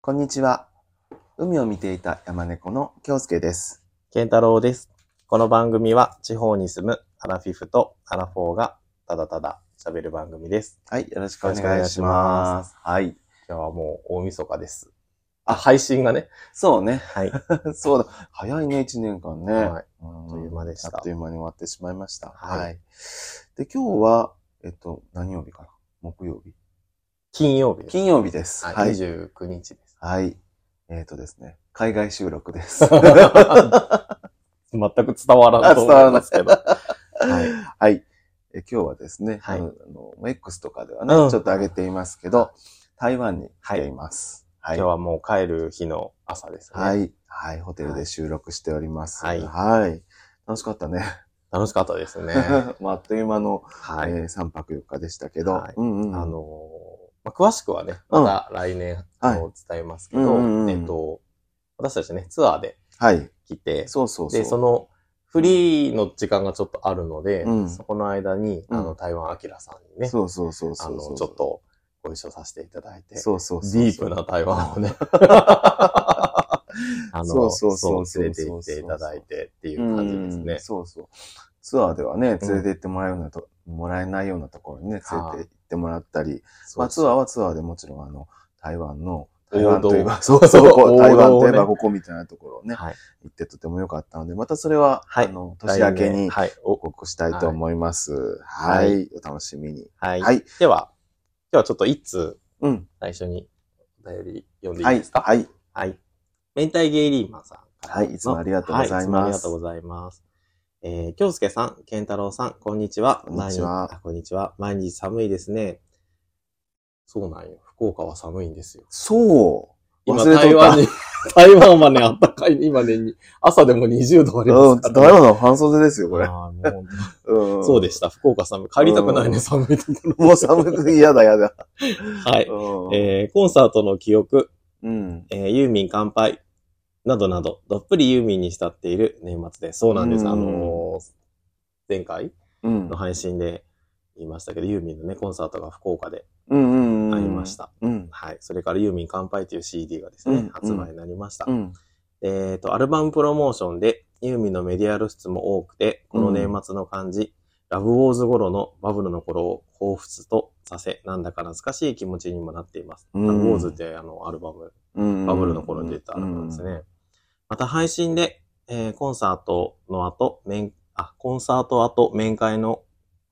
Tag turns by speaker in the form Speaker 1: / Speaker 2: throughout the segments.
Speaker 1: こんにちは。海を見ていた山猫の京介です。
Speaker 2: ケンタロウです。この番組は地方に住むアラフィフとアラフォーがただただ喋る番組です。
Speaker 1: はい、よろしくお
Speaker 2: よ
Speaker 1: 願い
Speaker 2: ろしくお願い
Speaker 1: し
Speaker 2: し
Speaker 1: ま。
Speaker 2: ます
Speaker 1: はい。
Speaker 2: 今日はもう大晦日です。
Speaker 1: あ
Speaker 2: あ、配信がね。
Speaker 1: そうね。
Speaker 2: はい。
Speaker 1: そうだ。早いね、1年間ね。
Speaker 2: はい
Speaker 1: あ
Speaker 2: っという間でした
Speaker 1: あっという間に終わってしまいました。
Speaker 2: はい
Speaker 1: で、今日は、えっと、何曜日かな木曜日
Speaker 2: 金曜日です。
Speaker 1: 金曜日です。
Speaker 2: はい、
Speaker 1: はい。
Speaker 2: 29日です。
Speaker 1: はい。えっ、とですね。海外収録です。
Speaker 2: 全く伝わらないと思いますけど。はい。
Speaker 1: はい。え今日はですね、
Speaker 2: はい
Speaker 1: あのあの X とかではね、
Speaker 2: うん
Speaker 1: ちょっと上げていますけど、台湾に来ています。はい。
Speaker 2: 今日
Speaker 1: はい。
Speaker 2: はもう帰る日の朝ですね。
Speaker 1: はい。ホテルで収録しております。
Speaker 2: はい
Speaker 1: はい。楽しかったね。
Speaker 2: 楽しかったですね。
Speaker 1: まあ、あっという間の、
Speaker 2: はい。
Speaker 1: え3泊4日でしたけど、
Speaker 2: はい
Speaker 1: うんうんうん
Speaker 2: あのーまあ、詳しくはね、また来年
Speaker 1: うん
Speaker 2: あ
Speaker 1: はい
Speaker 2: の伝えますけ
Speaker 1: うんうんう
Speaker 2: ど、
Speaker 1: ん
Speaker 2: えっと、私たちね、ツアーで
Speaker 1: はい。
Speaker 2: 来て、
Speaker 1: そうそうそう。
Speaker 2: で、その、フリーの時間がちょっとあるので、
Speaker 1: うん
Speaker 2: そこの間に、
Speaker 1: うん
Speaker 2: あの、台湾アキラさんにね、
Speaker 1: そうそうそうそう。
Speaker 2: あの、ちょっ、とご一緒させていただいて、
Speaker 1: そうそうそうそう。
Speaker 2: ディープな台 湾をね、あ
Speaker 1: そう
Speaker 2: の、
Speaker 1: そうそう
Speaker 2: そう連れて行っていただいてっていう感じです
Speaker 1: うん
Speaker 2: ね。
Speaker 1: そうそう。ツアーではね、連れて行ってもらえるようなと、もらえないようなところにね、連れて行ってもらったり、まあツアー
Speaker 2: は
Speaker 1: はツアーでもちろんあの、台湾の、
Speaker 2: 王
Speaker 1: 台湾
Speaker 2: 道
Speaker 1: といえ ば、そうそう、
Speaker 2: 王道
Speaker 1: こう
Speaker 2: ね
Speaker 1: 台湾といえばここみたいなところをね、
Speaker 2: はい。
Speaker 1: 行ってとても良かったので、またそれは、
Speaker 2: は
Speaker 1: あ
Speaker 2: い
Speaker 1: の、年明け
Speaker 2: 来年
Speaker 1: に
Speaker 2: はい。
Speaker 1: 報告したいと思います。はい、
Speaker 2: は
Speaker 1: お楽しみに。
Speaker 2: はい。
Speaker 1: はい。
Speaker 2: では、今日はちょっと一通、
Speaker 1: うん。
Speaker 2: 最初にお便り読んでい
Speaker 1: はいい
Speaker 2: です。か
Speaker 1: はい。
Speaker 2: はい。明太ゲイリーマンさんからの
Speaker 1: はいいつもありがとうございます
Speaker 2: はつもありがとうございます。えー、京介さん、健太郎さん、こんにちは。
Speaker 1: こんにちは
Speaker 2: 毎日あこんにちは。毎日寒いですね。そうなんよ。福岡は寒いんですよ。
Speaker 1: そう。
Speaker 2: 今、
Speaker 1: 忘れ
Speaker 2: 台
Speaker 1: とった
Speaker 2: 湾に、 台湾はね、あったかい、今ね、に朝でも20度あり
Speaker 1: う
Speaker 2: ま
Speaker 1: ん、
Speaker 2: すから、
Speaker 1: 台湾の半袖ですよ、これ。
Speaker 2: あーもう
Speaker 1: そ
Speaker 2: そうでした。福岡寒い。帰りたくないね、寒いところ。
Speaker 1: もう寒くて嫌だ、嫌だ。
Speaker 2: はい。
Speaker 1: うん
Speaker 2: えー、コンサートの記憶、
Speaker 1: うん。
Speaker 2: えーユーミン乾杯などなど、どっぷりユーミンに浸っている年末です。そうなんで
Speaker 1: う
Speaker 2: す。
Speaker 1: ん
Speaker 2: あのー前回
Speaker 1: うん
Speaker 2: の配信で言いましたけど、ユーミンのね、コンサートが福岡で
Speaker 1: うんうんうん。
Speaker 2: ありました。
Speaker 1: うん。
Speaker 2: はい。それからユーミン乾杯という CD がですね、
Speaker 1: うん
Speaker 2: 発売になりました。
Speaker 1: うん。
Speaker 2: えっ、と、アルバムプロモーションでユーミンのメディア露出も多くて、この年末の感じ、ラブウォーズ頃のバブルの頃を彷彿とさせ、なんだか懐かしい気持ちにもなっています。
Speaker 1: うん
Speaker 2: ラブウォーズってあの、アルバム
Speaker 1: うん
Speaker 2: バブルの頃に出たアルバムですね。。また配信で、えーコンサートの後、面、あ、コンサート後、面会の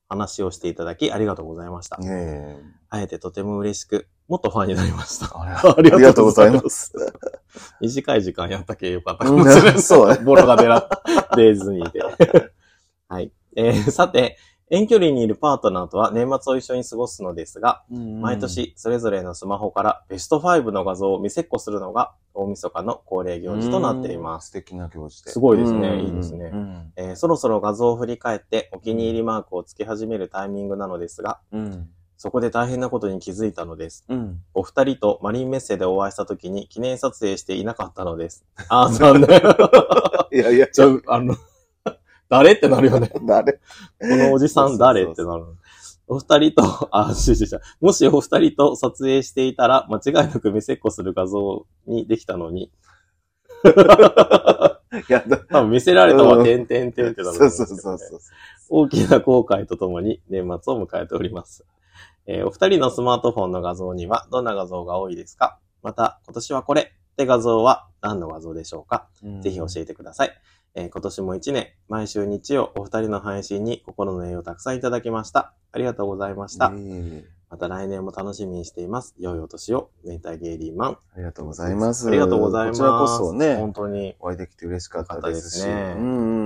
Speaker 2: 話をしていただき、ありがとうございました。
Speaker 1: ねえ。
Speaker 2: 会えてとても嬉しく、もっとファンになりました。
Speaker 1: あ れありがとうございます。
Speaker 2: 短い時間やったけよかったかもしれない。
Speaker 1: うんそうね
Speaker 2: ボロが出ら、ディズニーで。 はい。えーさて、遠距離にいるパートナーとは年末を一緒に過ごすのですが、毎
Speaker 1: 毎。
Speaker 2: 年それぞれのスマホからベスト5の画像を見せっこするのが大晦日の恒例行事となっていま
Speaker 1: す。
Speaker 2: す。
Speaker 1: 素敵な行事で。
Speaker 2: すごいですね
Speaker 1: うん
Speaker 2: いいですね
Speaker 1: うん
Speaker 2: えーそろそろ画像を振り返ってお気に入りマークをつけ始めるタイミングなのですが、
Speaker 1: うん。
Speaker 2: そこで大変なことに気づいたのです。
Speaker 1: うん。
Speaker 2: お二人とマリンメッセでお会いした時に記念撮影していなかったのです。あー、残 念。
Speaker 1: いやいや、
Speaker 2: じゃあ、あの、 誰ってなるよね。こ
Speaker 1: 誰
Speaker 2: のおじさん誰って
Speaker 1: そうそうそう
Speaker 2: なる。お二人と、あ、しししもしお二人と撮影していたら、間違いなく見せっこする画像にできたのに、
Speaker 1: いやだ
Speaker 2: 多分見せられたの
Speaker 1: うん
Speaker 2: は点点点ってなると思ん
Speaker 1: そうそ
Speaker 2: ですけ
Speaker 1: う
Speaker 2: どね
Speaker 1: そうそう。
Speaker 2: 大きな後悔とともに年末を迎えております。えーお二人のスマートフォンの画像にはどんな画像が多いですかまた、今年はこれって画像は何の画像でしょうか、ぜひ教えてください。えー今年も一年、毎週日曜、お二人の配信に心の栄養をたくさんいただきました。ありがとうございました。
Speaker 1: ええ
Speaker 2: また来年も楽しみにしています。良いお年を、メンタゲイリーマン。
Speaker 1: ありがとうございます。
Speaker 2: ありがとうございます。
Speaker 1: こちらこそね、
Speaker 2: 本当に、
Speaker 1: お会いできて嬉しかったですし。う
Speaker 2: よかったですね
Speaker 1: んうんう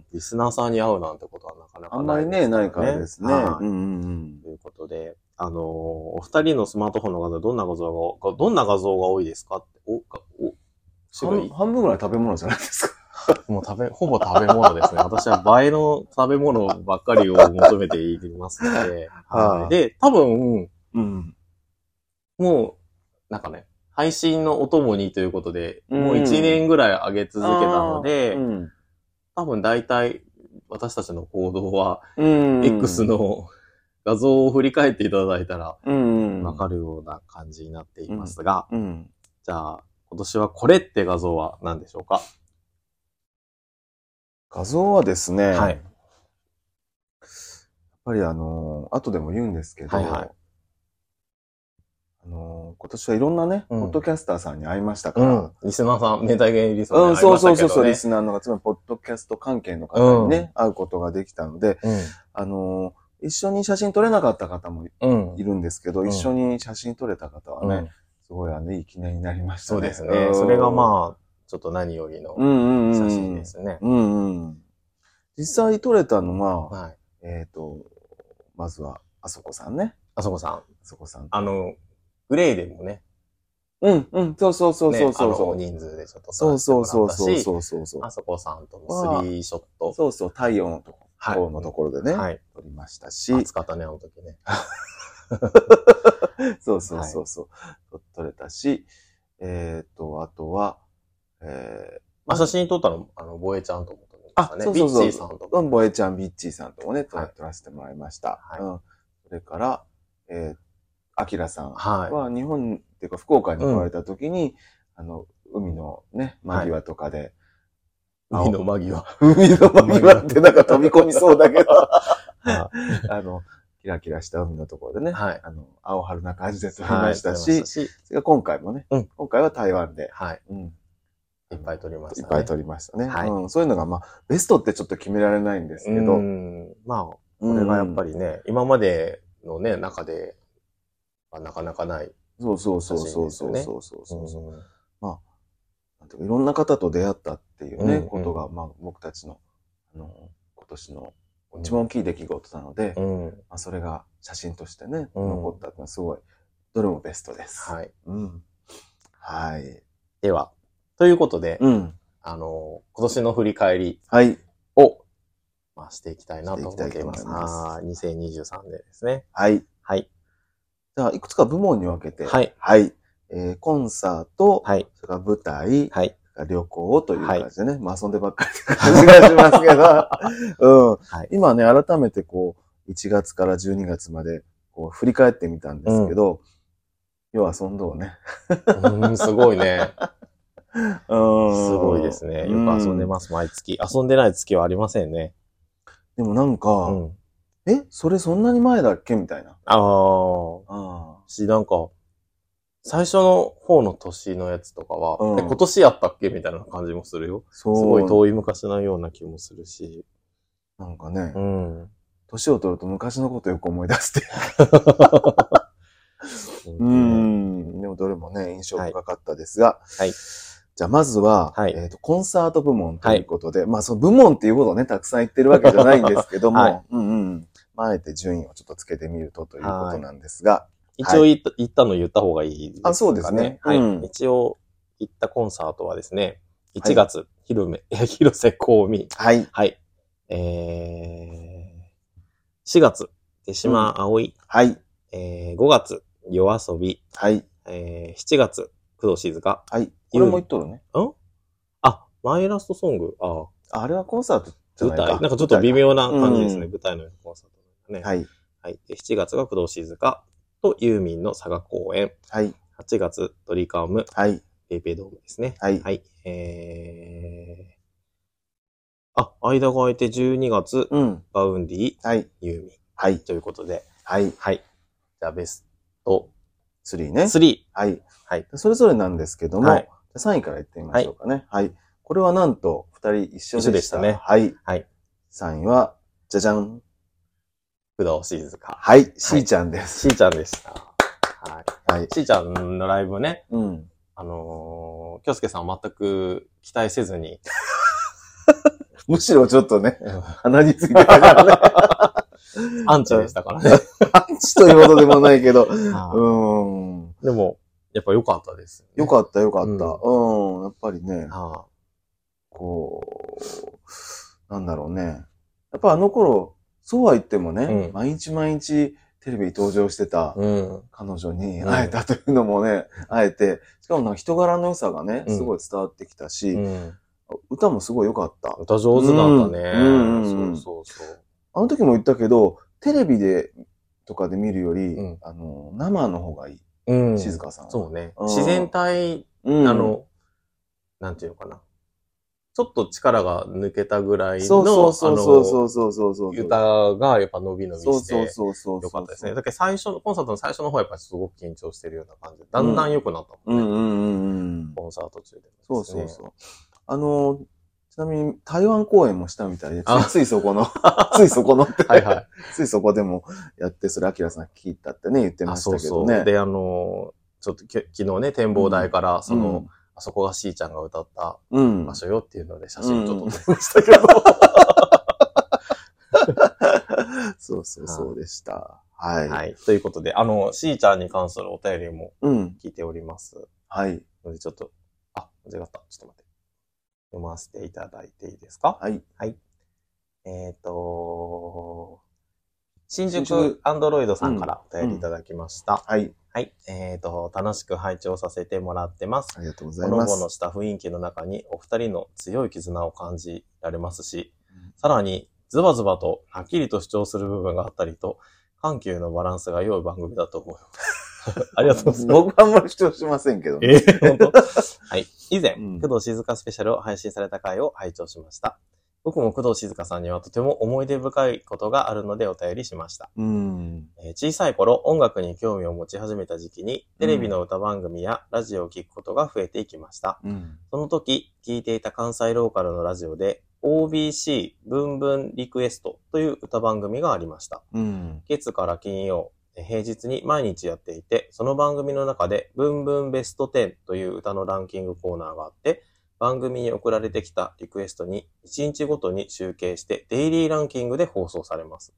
Speaker 1: ん。
Speaker 2: リスナーさんに会うなんてことはなかなか
Speaker 1: あんまりね、ないからですね。
Speaker 2: はい
Speaker 1: うんうん
Speaker 2: ということで、あのーお二人のスマートフォンの画像、どんな画像が、どんな画像が多いですかって、お、かお、種
Speaker 1: 半
Speaker 2: 類
Speaker 1: 半分ぐらい食べ物じゃないですか。
Speaker 2: もう食べ、ほぼ食べ物で すね。私は映えの食べ物ばっかりを求めていますので、
Speaker 1: はい
Speaker 2: はいで、多分、
Speaker 1: うん。
Speaker 2: もう、なんかね、配信のお供にということで、
Speaker 1: うん
Speaker 2: もう一年ぐらい上げ続けたので、
Speaker 1: うん
Speaker 2: 多分大体、私たちの行動は、
Speaker 1: うん。
Speaker 2: X の画像を振り返っていただいたら、
Speaker 1: うんうん。
Speaker 2: わかるような感じになっていますが、
Speaker 1: うん。
Speaker 2: じゃあ、今年はこれって画像は何でしょうか
Speaker 1: 画像はですね、
Speaker 2: はい
Speaker 1: やっぱりあの、後でも言うんですけど、
Speaker 2: はいはい
Speaker 1: あの、今年はいろんなね、
Speaker 2: うん
Speaker 1: ポッドキャスターさんに会いましたから、
Speaker 2: うん。リスナーさん、明太ゲリスナー
Speaker 1: うん、
Speaker 2: さんに会い
Speaker 1: そ
Speaker 2: ま
Speaker 1: うそう
Speaker 2: したけど
Speaker 1: そうそ
Speaker 2: ね。
Speaker 1: う、リスナーの方、つまり、ポッドキャスト関係の方にね、会うことができたので、あのー一緒に写真撮れなかった方も
Speaker 2: うん。うん
Speaker 1: い。るんですけど、
Speaker 2: ん
Speaker 1: 一緒に写真撮れた方はね、
Speaker 2: うん
Speaker 1: すごいあの、いい記念になりました
Speaker 2: そう
Speaker 1: ね。
Speaker 2: ですね。それが
Speaker 1: あ、
Speaker 2: まあ、ちょっと何よりの
Speaker 1: うんうんうん。
Speaker 2: 写真で。すね。
Speaker 1: うんうん。実際撮れたのは、
Speaker 2: はい。
Speaker 1: えっ、と、まずは、あそこさんね。
Speaker 2: あそこさん、
Speaker 1: あそこさん。
Speaker 2: あの、グレーでもね、
Speaker 1: うんうん、そうそうそう
Speaker 2: ね
Speaker 1: そうそう
Speaker 2: あ
Speaker 1: そ
Speaker 2: の
Speaker 1: う。
Speaker 2: 人数でちょっと
Speaker 1: そうそう
Speaker 2: 撮
Speaker 1: そう
Speaker 2: らせて
Speaker 1: そう
Speaker 2: もらったし
Speaker 1: そうそうそう。
Speaker 2: あそこさんとのスリーショット。
Speaker 1: そうそう、太陽のとこ
Speaker 2: はい
Speaker 1: ろのところでね、
Speaker 2: はい。
Speaker 1: 撮りましたし、
Speaker 2: 暑かったね、あの時ね。
Speaker 1: そうそうそうそう、撮撮れたし、えっ、と、あとは、え
Speaker 2: まあ、写真撮ったの、あの、ボエちゃんとも撮りま
Speaker 1: ー
Speaker 2: したね。
Speaker 1: そうそうそう
Speaker 2: ビッチーさんと
Speaker 1: う
Speaker 2: か。
Speaker 1: ん、ボエちゃん、ビッチーさんともね、撮
Speaker 2: はい
Speaker 1: 撮らせてもらいました。
Speaker 2: はい
Speaker 1: うん。それから、えー、アキラさん
Speaker 2: は
Speaker 1: は日本っていうか福岡に来られた時に、あの、海のね、間際とかで、
Speaker 2: い。海の間際。
Speaker 1: 海の間際ってなんか飛び込みそうだけど、
Speaker 2: は
Speaker 1: あの、キラキラした海のところでね、
Speaker 2: はい
Speaker 1: あの、青春な感じで撮
Speaker 2: い。
Speaker 1: りましたし、
Speaker 2: 撮りまし
Speaker 1: それから今回もね、
Speaker 2: うん
Speaker 1: 今回は台湾で、
Speaker 2: はい。
Speaker 1: うん
Speaker 2: いっぱい撮りまし
Speaker 1: い
Speaker 2: た
Speaker 1: っ
Speaker 2: ね。
Speaker 1: ぱい撮りましたね、
Speaker 2: はい
Speaker 1: うん。そういうのが、まあ、ベストってちょっと決められないんですけ
Speaker 2: う
Speaker 1: ど、
Speaker 2: ん。まあ、こ
Speaker 1: こ
Speaker 2: れがやっぱりね、今までのね、中で、まあなかなかない。
Speaker 1: そうそうそうそうそう
Speaker 2: 写真です
Speaker 1: そうそうそうそう、
Speaker 2: う
Speaker 1: な
Speaker 2: ん
Speaker 1: んていうかいろんな方と出会ったっていうね、
Speaker 2: うんうん
Speaker 1: ことが、まあ、僕たちの、あの、今年の一番大きい出来事なので、ま
Speaker 2: うん。
Speaker 1: あ、それが写真としてね、
Speaker 2: うん
Speaker 1: 残ったっていうのはすごい、どれもベストです。
Speaker 2: はい。
Speaker 1: うん。はい。
Speaker 2: では、ということで、
Speaker 1: うん。
Speaker 2: あの、今年の振り返り
Speaker 1: はい。
Speaker 2: を、まあ、していきたいなと思
Speaker 1: し
Speaker 2: って
Speaker 1: い
Speaker 2: て
Speaker 1: きたい
Speaker 2: い
Speaker 1: と思
Speaker 2: ま
Speaker 1: い
Speaker 2: す。
Speaker 1: ま
Speaker 2: あー2023年ですね。
Speaker 1: はい。
Speaker 2: はい。
Speaker 1: じゃあ、いくつか部門に分けて、
Speaker 2: はい。
Speaker 1: はい。えー、コンサート、
Speaker 2: はい。
Speaker 1: それから舞台、
Speaker 2: はい。
Speaker 1: 旅行という感じでね、まあ遊んでばっかりって感じがします けど、うん
Speaker 2: はい
Speaker 1: 今ね、改めてこう、1月から12月までこう振り返ってみたんですけど、よう遊んどうね。
Speaker 2: うん、すご いね。
Speaker 1: す
Speaker 2: すごいですね。よく遊んでます、毎月。遊んでない月はありませんね。
Speaker 1: す。でもなんか、
Speaker 2: うん。
Speaker 1: え、それそんなに前だっけみたいな。
Speaker 2: ああ。
Speaker 1: あ
Speaker 2: し、なんか、最初の方の年のやつとかは、
Speaker 1: うん
Speaker 2: え今年やったっけみたいな感じもするよ。
Speaker 1: そう。
Speaker 2: すごい遠い昔のような気もするし。
Speaker 1: なんかね
Speaker 2: う、ん。
Speaker 1: 年、を取ると昔のことよく思い出して。う
Speaker 2: ね
Speaker 1: ん。でもどれもね、印象深かったですが。
Speaker 2: はい
Speaker 1: じゃあまずは、
Speaker 2: はい
Speaker 1: えっ、と、コンサート部門ということで、まあその部門っていうことをね、たくさん言ってるわけじゃないんですけども、
Speaker 2: はい
Speaker 1: うんうん。まああえて順位をちょっとつけてみるとということなんですが、
Speaker 2: 一応言った,、言ったの言った方がいいですか、ね。
Speaker 1: あそうですね
Speaker 2: はい。
Speaker 1: うん
Speaker 2: 一応行ったコンサートはですね、
Speaker 1: はい
Speaker 2: 1月、広め、 広瀬香美。
Speaker 1: はい。
Speaker 2: はい。えー、4月、手島葵。
Speaker 1: はい。
Speaker 2: えー、5月、夜遊び。
Speaker 1: はい。
Speaker 2: えー、7月、工藤静香。
Speaker 1: はい。これも言っとるね。
Speaker 2: んあ、マイラストソング。あ
Speaker 1: ああれはコンサートじゃな
Speaker 2: 舞
Speaker 1: いか。
Speaker 2: 台。なんかちょっと微妙な感じですね。
Speaker 1: うん
Speaker 2: 舞台のコンサートね。
Speaker 1: 舞台。はい。
Speaker 2: はい。で7月が工藤静香とユーミンの佐賀公演。
Speaker 1: はい。
Speaker 2: 8月、ドリカム、
Speaker 1: はい。
Speaker 2: ペイペイドームですね。
Speaker 1: はい
Speaker 2: はい。えー、あ、間が空いて12月、
Speaker 1: うん。
Speaker 2: バウンディ、
Speaker 1: はい。
Speaker 2: ユーミン。
Speaker 1: はい。
Speaker 2: ということで、
Speaker 1: はい。
Speaker 2: はい。じゃあ、ベスト
Speaker 1: 3ね。
Speaker 2: 3。
Speaker 1: はい。
Speaker 2: はい。
Speaker 1: それぞれなんですけども、
Speaker 2: はい
Speaker 1: 3位から言ってみましょうかね。はい。これはなんと、2人一緒でした。
Speaker 2: 一緒でしたね
Speaker 1: はい。
Speaker 2: はい。
Speaker 1: 3位は、じゃじゃん。
Speaker 2: 工藤静香。
Speaker 1: はい。しーちゃんです。
Speaker 2: しーちゃんでした。はい。
Speaker 1: はい。
Speaker 2: しーちゃんのライブね、
Speaker 1: うん。
Speaker 2: あのー、京介さんは全く期待せずに、
Speaker 1: むしろちょっとね、
Speaker 2: ア
Speaker 1: 鼻についてた からね。
Speaker 2: ンチでしたからね。
Speaker 1: ちということでもないけど。う
Speaker 2: は
Speaker 1: ーん。
Speaker 2: いでも、やっぱ良かったです、
Speaker 1: よ
Speaker 2: っ
Speaker 1: かった、よかった。う
Speaker 2: うんん、
Speaker 1: やっぱりね
Speaker 2: た。、は
Speaker 1: こう、なんだろうね。やっぱあの頃、そうは言ってもね、
Speaker 2: うん
Speaker 1: 毎日毎日テレビに登場してた
Speaker 2: い、うん。
Speaker 1: 彼女に会えたというのもね、会えて、しかもなんか人柄の良さがね、
Speaker 2: うん
Speaker 1: すごい伝わってきたし、
Speaker 2: うん。
Speaker 1: 歌もすごい良かった。
Speaker 2: 歌上手なんだね。
Speaker 1: うんうんうん
Speaker 2: そうそうそう。
Speaker 1: あの時も言ったけど、テレビで、とかで見るより、
Speaker 2: うん
Speaker 1: あの、生の方がいい。
Speaker 2: うん。
Speaker 1: 静香さんは。
Speaker 2: そうね。
Speaker 1: うん
Speaker 2: 自然体、
Speaker 1: うん
Speaker 2: あ、の、なんていうのかな。ちょっと力が抜けたぐらい
Speaker 1: そう
Speaker 2: の、
Speaker 1: そう
Speaker 2: あ
Speaker 1: そうそうそ
Speaker 2: の、
Speaker 1: うそうそうそう。
Speaker 2: 歌がやっぱ伸び伸び
Speaker 1: そう
Speaker 2: して、
Speaker 1: そう
Speaker 2: よ
Speaker 1: そうそう。
Speaker 2: かったですね。だけど最初の、コンサートの最初の方はやっぱりすごく緊張してるような感じで、だんだん良くなった
Speaker 1: う
Speaker 2: もんね。
Speaker 1: んうんうんうん。
Speaker 2: コンサート中でもですね。
Speaker 1: そうそうそう。あの、ちなみに台湾公演もしたみたいで、つ
Speaker 2: あ
Speaker 1: いついそこの、 ついそこのって、
Speaker 2: はいはい。
Speaker 1: ついそこでもやって、それ、アキラさん聞いたってね、言ってましたけど
Speaker 2: あそうそう。
Speaker 1: ね。
Speaker 2: で、あの、ちょっとき昨日ね、展望台から、その、あそこがしーちゃんが歌った
Speaker 1: うん、うん
Speaker 2: 場。所よっていうので写真をちょっと撮ってましたけど。
Speaker 1: そうそうそうでした。はい。
Speaker 2: はい。ということで、あの、しーちゃんに関するお便りも
Speaker 1: うん。
Speaker 2: 聞いております。
Speaker 1: はい。
Speaker 2: ので、ちょっと、あ、間違った。ちょっと待って。読ませていただいていいですか
Speaker 1: はい。
Speaker 2: えっ、と、新
Speaker 1: 宿
Speaker 2: 宿アンドロイドさんからお便りいただきました。
Speaker 1: はい。
Speaker 2: はい。えっ、と、楽しく拝聴させてもらってます。
Speaker 1: ありがとうござ
Speaker 2: ほ
Speaker 1: い
Speaker 2: の
Speaker 1: ま
Speaker 2: ぼ
Speaker 1: す
Speaker 2: の。した 雰囲気の中にお二人の強い絆を感じられますし
Speaker 1: うん、
Speaker 2: さらにズバズバとはっきりと主張する部分があったりと、緩急のバランスが良い番組だと思い ます。ありがとうございます。
Speaker 1: 僕はあんまり主張しませんけどね。
Speaker 2: えー、 本当はい。以前、
Speaker 1: うん
Speaker 2: 工藤静香スペシャルを配信された回を拝聴しました。僕も工藤静香さんにはとても思い出深いことがあるのでお便りしました。
Speaker 1: うん。
Speaker 2: えー小さい頃、音楽に興味を持ち始めた時期に、テレビの歌番組やラジオを聴くことが増えていきました。
Speaker 1: うん。
Speaker 2: その時、聴いていた関西ローカルのラジオで、OBC ブンブンリクエストという歌番組がありました。
Speaker 1: うん。
Speaker 2: 月から金曜、え平日に毎日やっていて、その番組の中で、ブンブンベスト10という歌のランキングコーナーがあって、番組に送られてきたリクエストに1日ごとに集計してデイリーランキングで放送されます。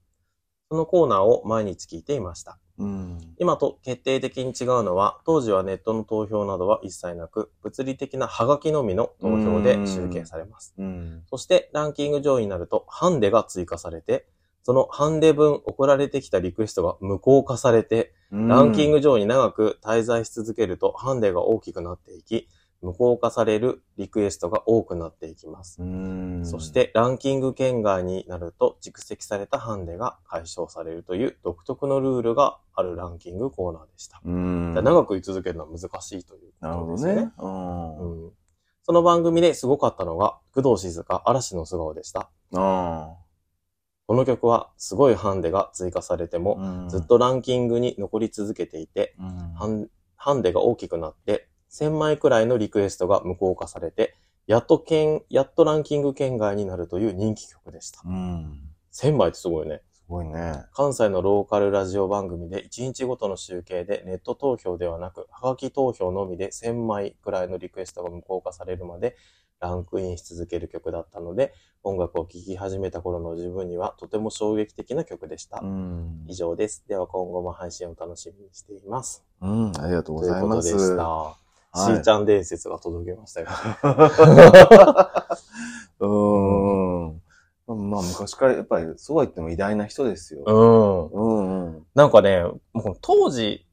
Speaker 2: そのコーナーを毎日聞いていました。
Speaker 1: うん。
Speaker 2: 今と決定的に違うのは、当時はネットの投票などは一切なく、物理的なハガキのみの投票で集計されます。
Speaker 1: うん。
Speaker 2: そしてランキング上位になると、ハンデが追加されて、そのハンデ分送られてきたリクエストが無効化されて、ランキン
Speaker 1: グ。
Speaker 2: グ上位に長く滞在し続けると、ハンデが大きくなっていき、無効化されるリクエストが多くなっていきます。
Speaker 1: うん。
Speaker 2: そし、てランキング圏外になると蓄積されたハンデが解消されるという独特のルールがあるランキングコーナーでした。
Speaker 1: うん。なる
Speaker 2: 長く居続けるのは難しいという
Speaker 1: ほ
Speaker 2: こと
Speaker 1: ど
Speaker 2: ですよね。
Speaker 1: ね。う。
Speaker 2: うんん、その番組ですごかったのが工藤静香嵐の素顔でした。
Speaker 1: あ
Speaker 2: この曲はすごいハンデが追加されて
Speaker 1: あ。
Speaker 2: も、
Speaker 1: うん
Speaker 2: ずっ。とランキングに残り続けていて、
Speaker 1: うん。
Speaker 2: ハンハンデが大きくなって、1000枚くらいのリクエストが無効化されて、やっと圏やっとランキング圏外になるという人気曲でした。
Speaker 1: うん。
Speaker 2: 1000枚ってすごいね。
Speaker 1: すごいね。
Speaker 2: 関西のローカルラジオ番組で1日ごとの集計でネット投票ではなく、はがき投票のみで1000枚くらいのリクエストが無効化されるまでランクインし続ける曲だったので、音楽を聴き始めた頃の自分にはとても衝撃的な曲でした。
Speaker 1: うん
Speaker 2: 以。上です。では今後も配信を楽しみにしています。
Speaker 1: うん。ありがとうご
Speaker 2: とい
Speaker 1: ざ
Speaker 2: う
Speaker 1: い
Speaker 2: こ
Speaker 1: ま
Speaker 2: と
Speaker 1: す。
Speaker 2: でした。しーち
Speaker 1: ゃん。
Speaker 2: ゃん伝説が届けましたよ。
Speaker 1: うーん。まあ、昔からやっぱり、そうは言っても偉大な人ですよ。
Speaker 2: うん。
Speaker 1: うんうん。
Speaker 2: なんかね、もう当時、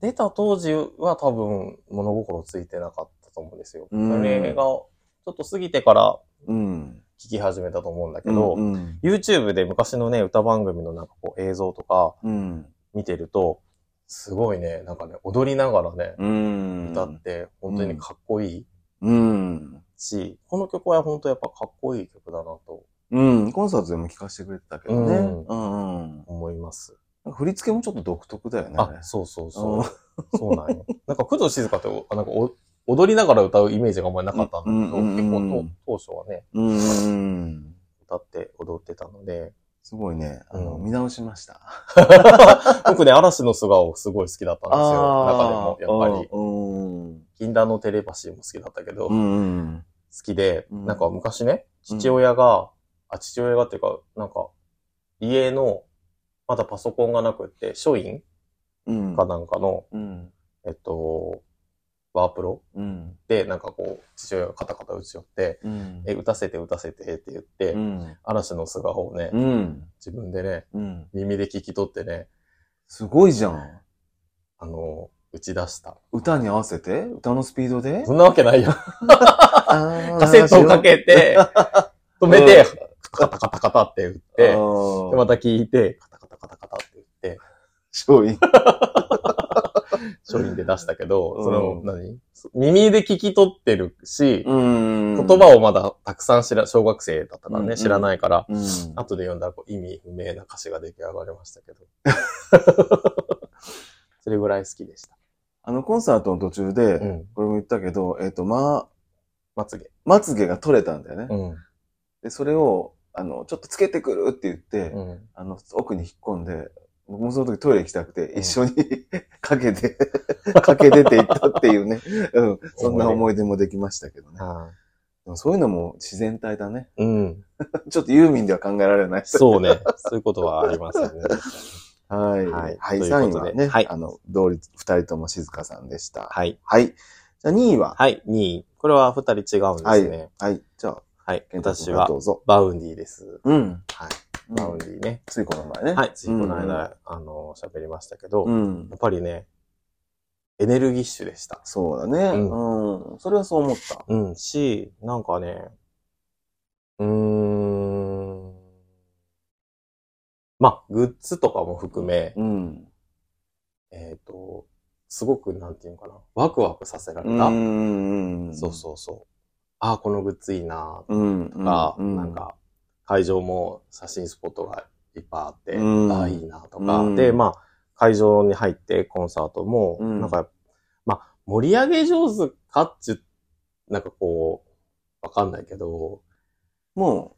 Speaker 2: 出た当時は多分物心ついてなかったと思うんですよ。こ
Speaker 1: うん
Speaker 2: れがちょっと過ぎてから
Speaker 1: うん。
Speaker 2: 聞き始めたと思うんだけ
Speaker 1: け
Speaker 2: ど、
Speaker 1: うん。
Speaker 2: YouTube で昔のね、歌番組のなんかこう映像とか
Speaker 1: うん。
Speaker 2: 見てると、すごいね、なんかね、踊りながらね、
Speaker 1: うん。
Speaker 2: 歌って本当にかっこいい
Speaker 1: うん。
Speaker 2: し、この曲は本当やっぱかっこいい曲だなと
Speaker 1: うん。コンサートでも聴かせてくれてたけどね。
Speaker 2: うん
Speaker 1: うんうん。
Speaker 2: 思います。
Speaker 1: 振り付けもちょっと独特だよね。
Speaker 2: あ、そうそうそう。そうなんよ。 なんか、工藤静香って、おなんかお、踊りながら歌うイメージがあんまりなかったんだけど、
Speaker 1: うんうんうん
Speaker 2: 結構と当初はね、
Speaker 1: うんうんうん。
Speaker 2: 歌って踊ってたので、
Speaker 1: すごいね。あの、
Speaker 2: うん
Speaker 1: 見直しました。
Speaker 2: 僕ね、嵐の素顔すごい好きだったんですよ。中でも、やっぱり。
Speaker 1: り。
Speaker 2: 禁断のテレパシーも好きだったけど、
Speaker 1: う
Speaker 2: 好
Speaker 1: ん。うん。
Speaker 2: きで、
Speaker 1: うん
Speaker 2: なんか昔ね、父親が、あ、父親がっていうか、なんか、家の、まだパソコンがなくって、書院
Speaker 1: うん。
Speaker 2: かなんかの、
Speaker 1: うん。
Speaker 2: えっと、ワープロ
Speaker 1: うん。
Speaker 2: で、なんかこう、父親がカタカタ打ち寄って、
Speaker 1: うん。
Speaker 2: え、打たせて打たせてって言って、
Speaker 1: うん。
Speaker 2: 嵐の素顔をね、
Speaker 1: うん。
Speaker 2: 自分でね、
Speaker 1: うん。
Speaker 2: 耳で聞き取ってね、
Speaker 1: すごいじゃん。
Speaker 2: あの、打ち出した。
Speaker 1: 歌に合わせて歌のスピードで
Speaker 2: そんなわけないよ。カ
Speaker 1: カ
Speaker 2: セットをかけて、止め
Speaker 1: う
Speaker 2: て
Speaker 1: ん、
Speaker 2: カタカタカタって打っ
Speaker 1: で、
Speaker 2: て、
Speaker 1: あ
Speaker 2: で
Speaker 1: ー
Speaker 2: また聞いて、カタカタカタカタって打って、
Speaker 1: すごい。
Speaker 2: 商品で出したけど、
Speaker 1: うん
Speaker 2: その、何耳で聞き取ってるし、
Speaker 1: うん
Speaker 2: 言葉をまだたくさん知ら、小学生だったから
Speaker 1: うんう
Speaker 2: ね、
Speaker 1: ん
Speaker 2: 知らないから、
Speaker 1: うん。
Speaker 2: 後で読んだらこう意味不明な歌詞が出来上がりましたけど。 それぐらい好きでした。
Speaker 1: あの、コンサートの途中で、
Speaker 2: うん。
Speaker 1: これも言ったけど、えっ、と、ま、
Speaker 2: まつげ。
Speaker 1: まつげが取れたんだよね。
Speaker 2: ん。
Speaker 1: で、それを、あの、ちょっとつけてくるって言って、
Speaker 2: うん。
Speaker 1: あの、奥に引っ込んで、僕もその時トイレ行きたくて、
Speaker 2: うん
Speaker 1: 一緒に かけて、かけ出ていったっていう ね、うん、そんな思い出もできましたけどね。
Speaker 2: あ
Speaker 1: でもそういうのも自然体だね。
Speaker 2: うん。
Speaker 1: ちょっとユーミンでは考えられない。
Speaker 2: そうね。そういうことはありますよ ね。
Speaker 1: はい。
Speaker 2: はい
Speaker 1: はい。
Speaker 2: という
Speaker 1: 3位
Speaker 2: ことで
Speaker 1: はね、
Speaker 2: はい
Speaker 1: あの、同率、2人とも静香さんでした。
Speaker 2: はい。
Speaker 1: はい。じゃあ2位は、
Speaker 2: はい、2位。これは二人違うんですね。
Speaker 1: はい。じゃあ、
Speaker 2: はい。
Speaker 1: 健太
Speaker 2: 私
Speaker 1: 君から
Speaker 2: は
Speaker 1: ど、うぞ。
Speaker 2: バウンディです。
Speaker 1: うん。
Speaker 2: はい。
Speaker 1: う
Speaker 2: バウン
Speaker 1: ん
Speaker 2: ディね。
Speaker 1: ついこの前ね。
Speaker 2: はい。ついこの間、
Speaker 1: うんうん
Speaker 2: あの、喋りましたけど、
Speaker 1: う
Speaker 2: や
Speaker 1: ん
Speaker 2: っ。ぱりね、エネルギッシュでした。
Speaker 1: そうだね。
Speaker 2: う
Speaker 1: うん。それはそう思った。
Speaker 2: うん。し、なんかね、うーん。まあ、グッズとかも含め、
Speaker 1: うん。
Speaker 2: えっ、と、すごく、なんていうのかな、ワクワクさせられ
Speaker 1: う
Speaker 2: た。
Speaker 1: ん。
Speaker 2: そうそうそう。ああ、このグッズいいな
Speaker 1: う。うん。
Speaker 2: とか、
Speaker 1: う
Speaker 2: なん、か、会場も写真スポットがいっぱいあって、
Speaker 1: うん
Speaker 2: ああ、いいなとか、
Speaker 1: うん
Speaker 2: で、まあ、会場に入ってコンサートも、
Speaker 1: うん
Speaker 2: なんか、まあ、盛り上げ上手かっちゅ、なんかこう、わかんないけど、
Speaker 1: も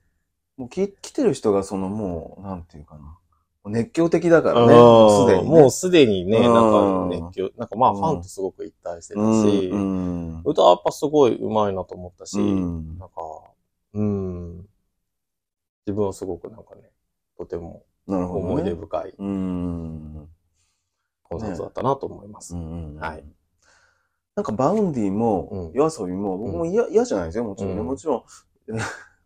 Speaker 1: う、もうき来てる人がそのもう、なんていうかな。熱狂的だからね。
Speaker 2: うん
Speaker 1: すでにね。
Speaker 2: もうすでにね、
Speaker 1: う
Speaker 2: なんんか熱狂、なんかまあ、
Speaker 1: うん
Speaker 2: ファンとすごく一体してたし、
Speaker 1: うん。うん。
Speaker 2: 歌はやっぱすごい上手いなと思ったし、
Speaker 1: うん
Speaker 2: なんか、うん、自分はすごくなんかね、とても
Speaker 1: なるほどね。
Speaker 2: 思い出深い
Speaker 1: うん。
Speaker 2: コンサートだったなと思います。
Speaker 1: うん
Speaker 2: はい。
Speaker 1: なんかバウンディも、
Speaker 2: うん
Speaker 1: 夜遊びも、僕も嫌、嫌じゃないですよ、もちろんね。
Speaker 2: うん
Speaker 1: もちろん、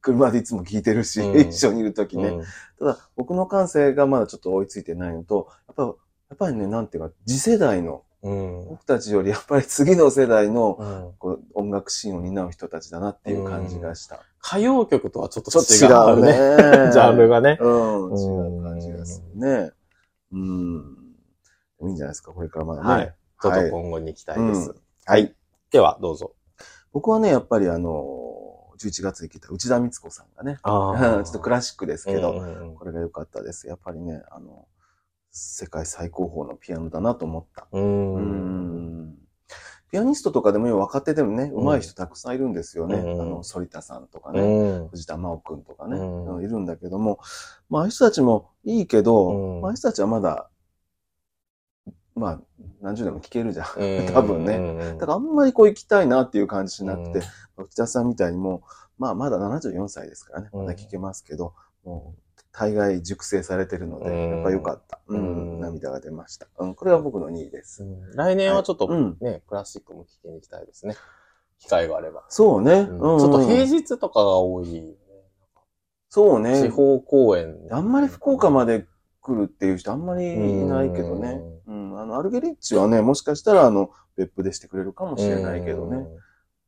Speaker 1: 車でいつも聞いてるし、
Speaker 2: うん
Speaker 1: 一緒にいるときね。
Speaker 2: うん
Speaker 1: ただ、僕の感性がまだちょっと追いついてないのと、やっぱ、やっぱりね、なんていうか、次世代の、
Speaker 2: うん。
Speaker 1: 僕たちよりやっぱり次の世代の、
Speaker 2: うん
Speaker 1: こう、音楽シーンを担う人たちだなっていう感じがした。
Speaker 2: 歌謡曲とはちょっと
Speaker 1: ちょっと違
Speaker 2: 違
Speaker 1: う
Speaker 2: うね。
Speaker 1: ね。
Speaker 2: ジャンルがね。
Speaker 1: うん、違う感じがするね。うん。いいんじゃないですか、これからまだね。
Speaker 2: はい。ちょっと今後に期待です。
Speaker 1: うんはい。
Speaker 2: では、どうぞ。
Speaker 1: 僕はね、やっぱりあの、11月に来た内田光子さんがね、
Speaker 2: あ
Speaker 1: ちょっとクラシックですけど、
Speaker 2: うんうん
Speaker 1: これが良かったです。やっぱりね、あの、世界最高峰のピアノだなと思った。
Speaker 2: うん
Speaker 1: う
Speaker 2: うん。
Speaker 1: んピアニストとかでも今若手でもね、上手い人たくさんいるんですよね。
Speaker 2: うん
Speaker 1: あの、反田さんとか
Speaker 2: う
Speaker 1: ね、
Speaker 2: ん。
Speaker 1: 藤田真央くんとかね、
Speaker 2: うん
Speaker 1: いるんだけども、まあ、ああいう人たちもいいけど、
Speaker 2: うん
Speaker 1: まあ、ああいう人たちはまだ、まあ、何十年も聴けるじゃん。
Speaker 2: うん
Speaker 1: 多分ね
Speaker 2: ね
Speaker 1: だからあんまりこう行きたいなっていう感じしなくて、
Speaker 2: うん
Speaker 1: 内田さんみたいにもう、まあまだ74歳ですからね、
Speaker 2: うん
Speaker 1: まだ聞けますけど、もう大概熟成されてるので、
Speaker 2: うん
Speaker 1: やっぱ良かった、うん
Speaker 2: うん
Speaker 1: 涙が出ました、うん。これは僕の2位です。
Speaker 2: 来年はちょっと
Speaker 1: うん。
Speaker 2: ね、クラシックも聴きに行きたいですね。機会があれば。
Speaker 1: そうね。
Speaker 2: ち
Speaker 1: うん
Speaker 2: ょっと平日とかが多い。
Speaker 1: そう
Speaker 2: 地
Speaker 1: ね。
Speaker 2: 方公演。
Speaker 1: あんまり福岡
Speaker 2: ま
Speaker 1: まで来るっていう人あんまりいないけどね。
Speaker 2: う
Speaker 1: うん。あの、アルゲリッチはね、もしかしたらあの、別府でしてくれるかもしれないけどね。。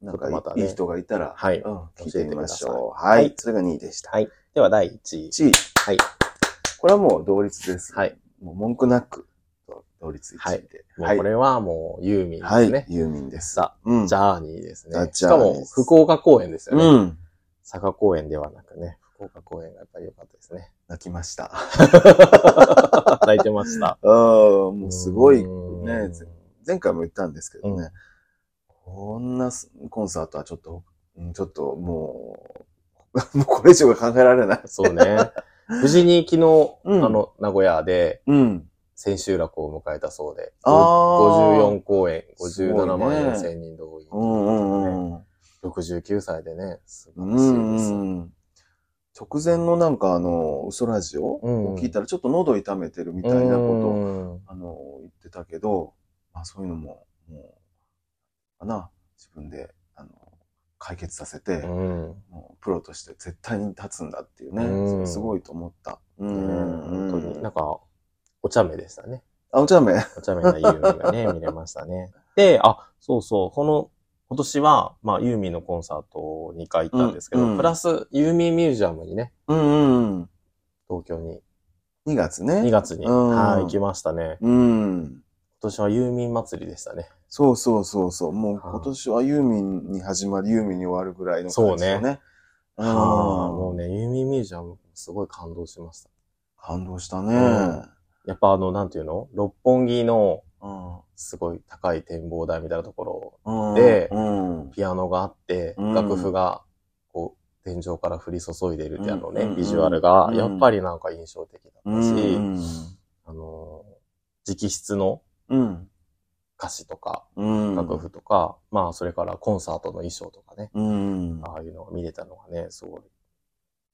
Speaker 1: なんかい
Speaker 2: ちょっとまたね
Speaker 1: いい人がいたら、
Speaker 2: はい
Speaker 1: うん。聞いてみましょう。
Speaker 2: 教えてください
Speaker 1: は
Speaker 2: はい
Speaker 1: い。それが2位でした。
Speaker 2: はい。では、第1位。
Speaker 1: 1位。
Speaker 2: はい。
Speaker 1: これはもう同率です。
Speaker 2: はい。
Speaker 1: もう文句なく、同率1位で。
Speaker 2: もうこれはもうユーミンで
Speaker 1: は
Speaker 2: す
Speaker 1: い。
Speaker 2: ね。
Speaker 1: ユーミンです。
Speaker 2: ザ・
Speaker 1: うん
Speaker 2: ジャーニーです
Speaker 1: ザ
Speaker 2: ね。
Speaker 1: ジ
Speaker 2: し
Speaker 1: ャー
Speaker 2: か
Speaker 1: ニー
Speaker 2: も、福岡公演ですよね。
Speaker 1: うん。
Speaker 2: 佐賀公演ではなくね、福岡公演がやっぱり良かったですね。
Speaker 1: 泣きました。
Speaker 2: 泣いてました。
Speaker 1: ああ、 もうすごいね
Speaker 2: うん。
Speaker 1: 前回も言ったんですけどね。
Speaker 2: うん
Speaker 1: こんなすコンサートはちょっと、うんちょっともう、もう これ以上が考えられない。
Speaker 2: そうね。無事に昨日、
Speaker 1: うん
Speaker 2: あの、名古屋で
Speaker 1: うん。
Speaker 2: 千秋楽を迎えたそうで、
Speaker 1: あー
Speaker 2: 54公演、
Speaker 1: すごいね
Speaker 2: 57万4000人動員。
Speaker 1: うんうんうん。
Speaker 2: 69歳でね、素
Speaker 1: う
Speaker 2: 晴らしいです。
Speaker 1: んうん。直前のなんかあの、嘘ラジオ
Speaker 2: うん
Speaker 1: を聞いたらちょっと喉痛めてるみたいなことをあの、言ってたけど、まあそういうのも、もう、かな、自分で、あの、解決させて、
Speaker 2: うん。
Speaker 1: もうプロとして絶対に立つんだっていうね、
Speaker 2: うん
Speaker 1: すごいと思った。う
Speaker 2: うん
Speaker 1: ん、
Speaker 2: 本当に。
Speaker 1: う
Speaker 2: なん
Speaker 1: ん
Speaker 2: か、お茶目でしたね。
Speaker 1: あ、お茶目。
Speaker 2: お茶目なユーミン がね、見れましたね。で、あ、そうそう、この、今年は、まあ、ユーミンのコンサートを2回行ったんですけど、
Speaker 1: うんうん
Speaker 2: プラス、ユーミンミュージアムにね、
Speaker 1: うんうんうん。
Speaker 2: 東京に、
Speaker 1: 2月
Speaker 2: 2
Speaker 1: ね。
Speaker 2: 月に、
Speaker 1: うん
Speaker 2: はい、行きましたね。
Speaker 1: うん。
Speaker 2: 今年はユーミン祭りでしたね。
Speaker 1: そうそうそうそう。もう
Speaker 2: はい
Speaker 1: 今年はユーミンに始まり、ユーミンに終わるぐらいの感じ
Speaker 2: そ
Speaker 1: の
Speaker 2: う
Speaker 1: ね。うん
Speaker 2: ああ、もうね、ユーミンミュージアム、すごい感動しました。
Speaker 1: 感動したね。
Speaker 2: やっぱあの、なんていうの六本木の
Speaker 1: うん
Speaker 2: すごい高い展望台みたいなとこ
Speaker 1: う
Speaker 2: ろ、
Speaker 1: ん
Speaker 2: で
Speaker 1: うん。
Speaker 2: ピアノがあって、
Speaker 1: うん
Speaker 2: 楽譜が、こう、天井から降り注いでるってあのね、
Speaker 1: うん
Speaker 2: ビジュアルが
Speaker 1: う、ん
Speaker 2: やっぱりなんか印象的だったし、
Speaker 1: うん。
Speaker 2: あの、直筆の
Speaker 1: うん。
Speaker 2: 歌詞とか、
Speaker 1: うん。
Speaker 2: 楽譜とか、まあ、それからコンサートの衣装とかね、
Speaker 1: うん。
Speaker 2: ああいうのが見れたのがね、すごい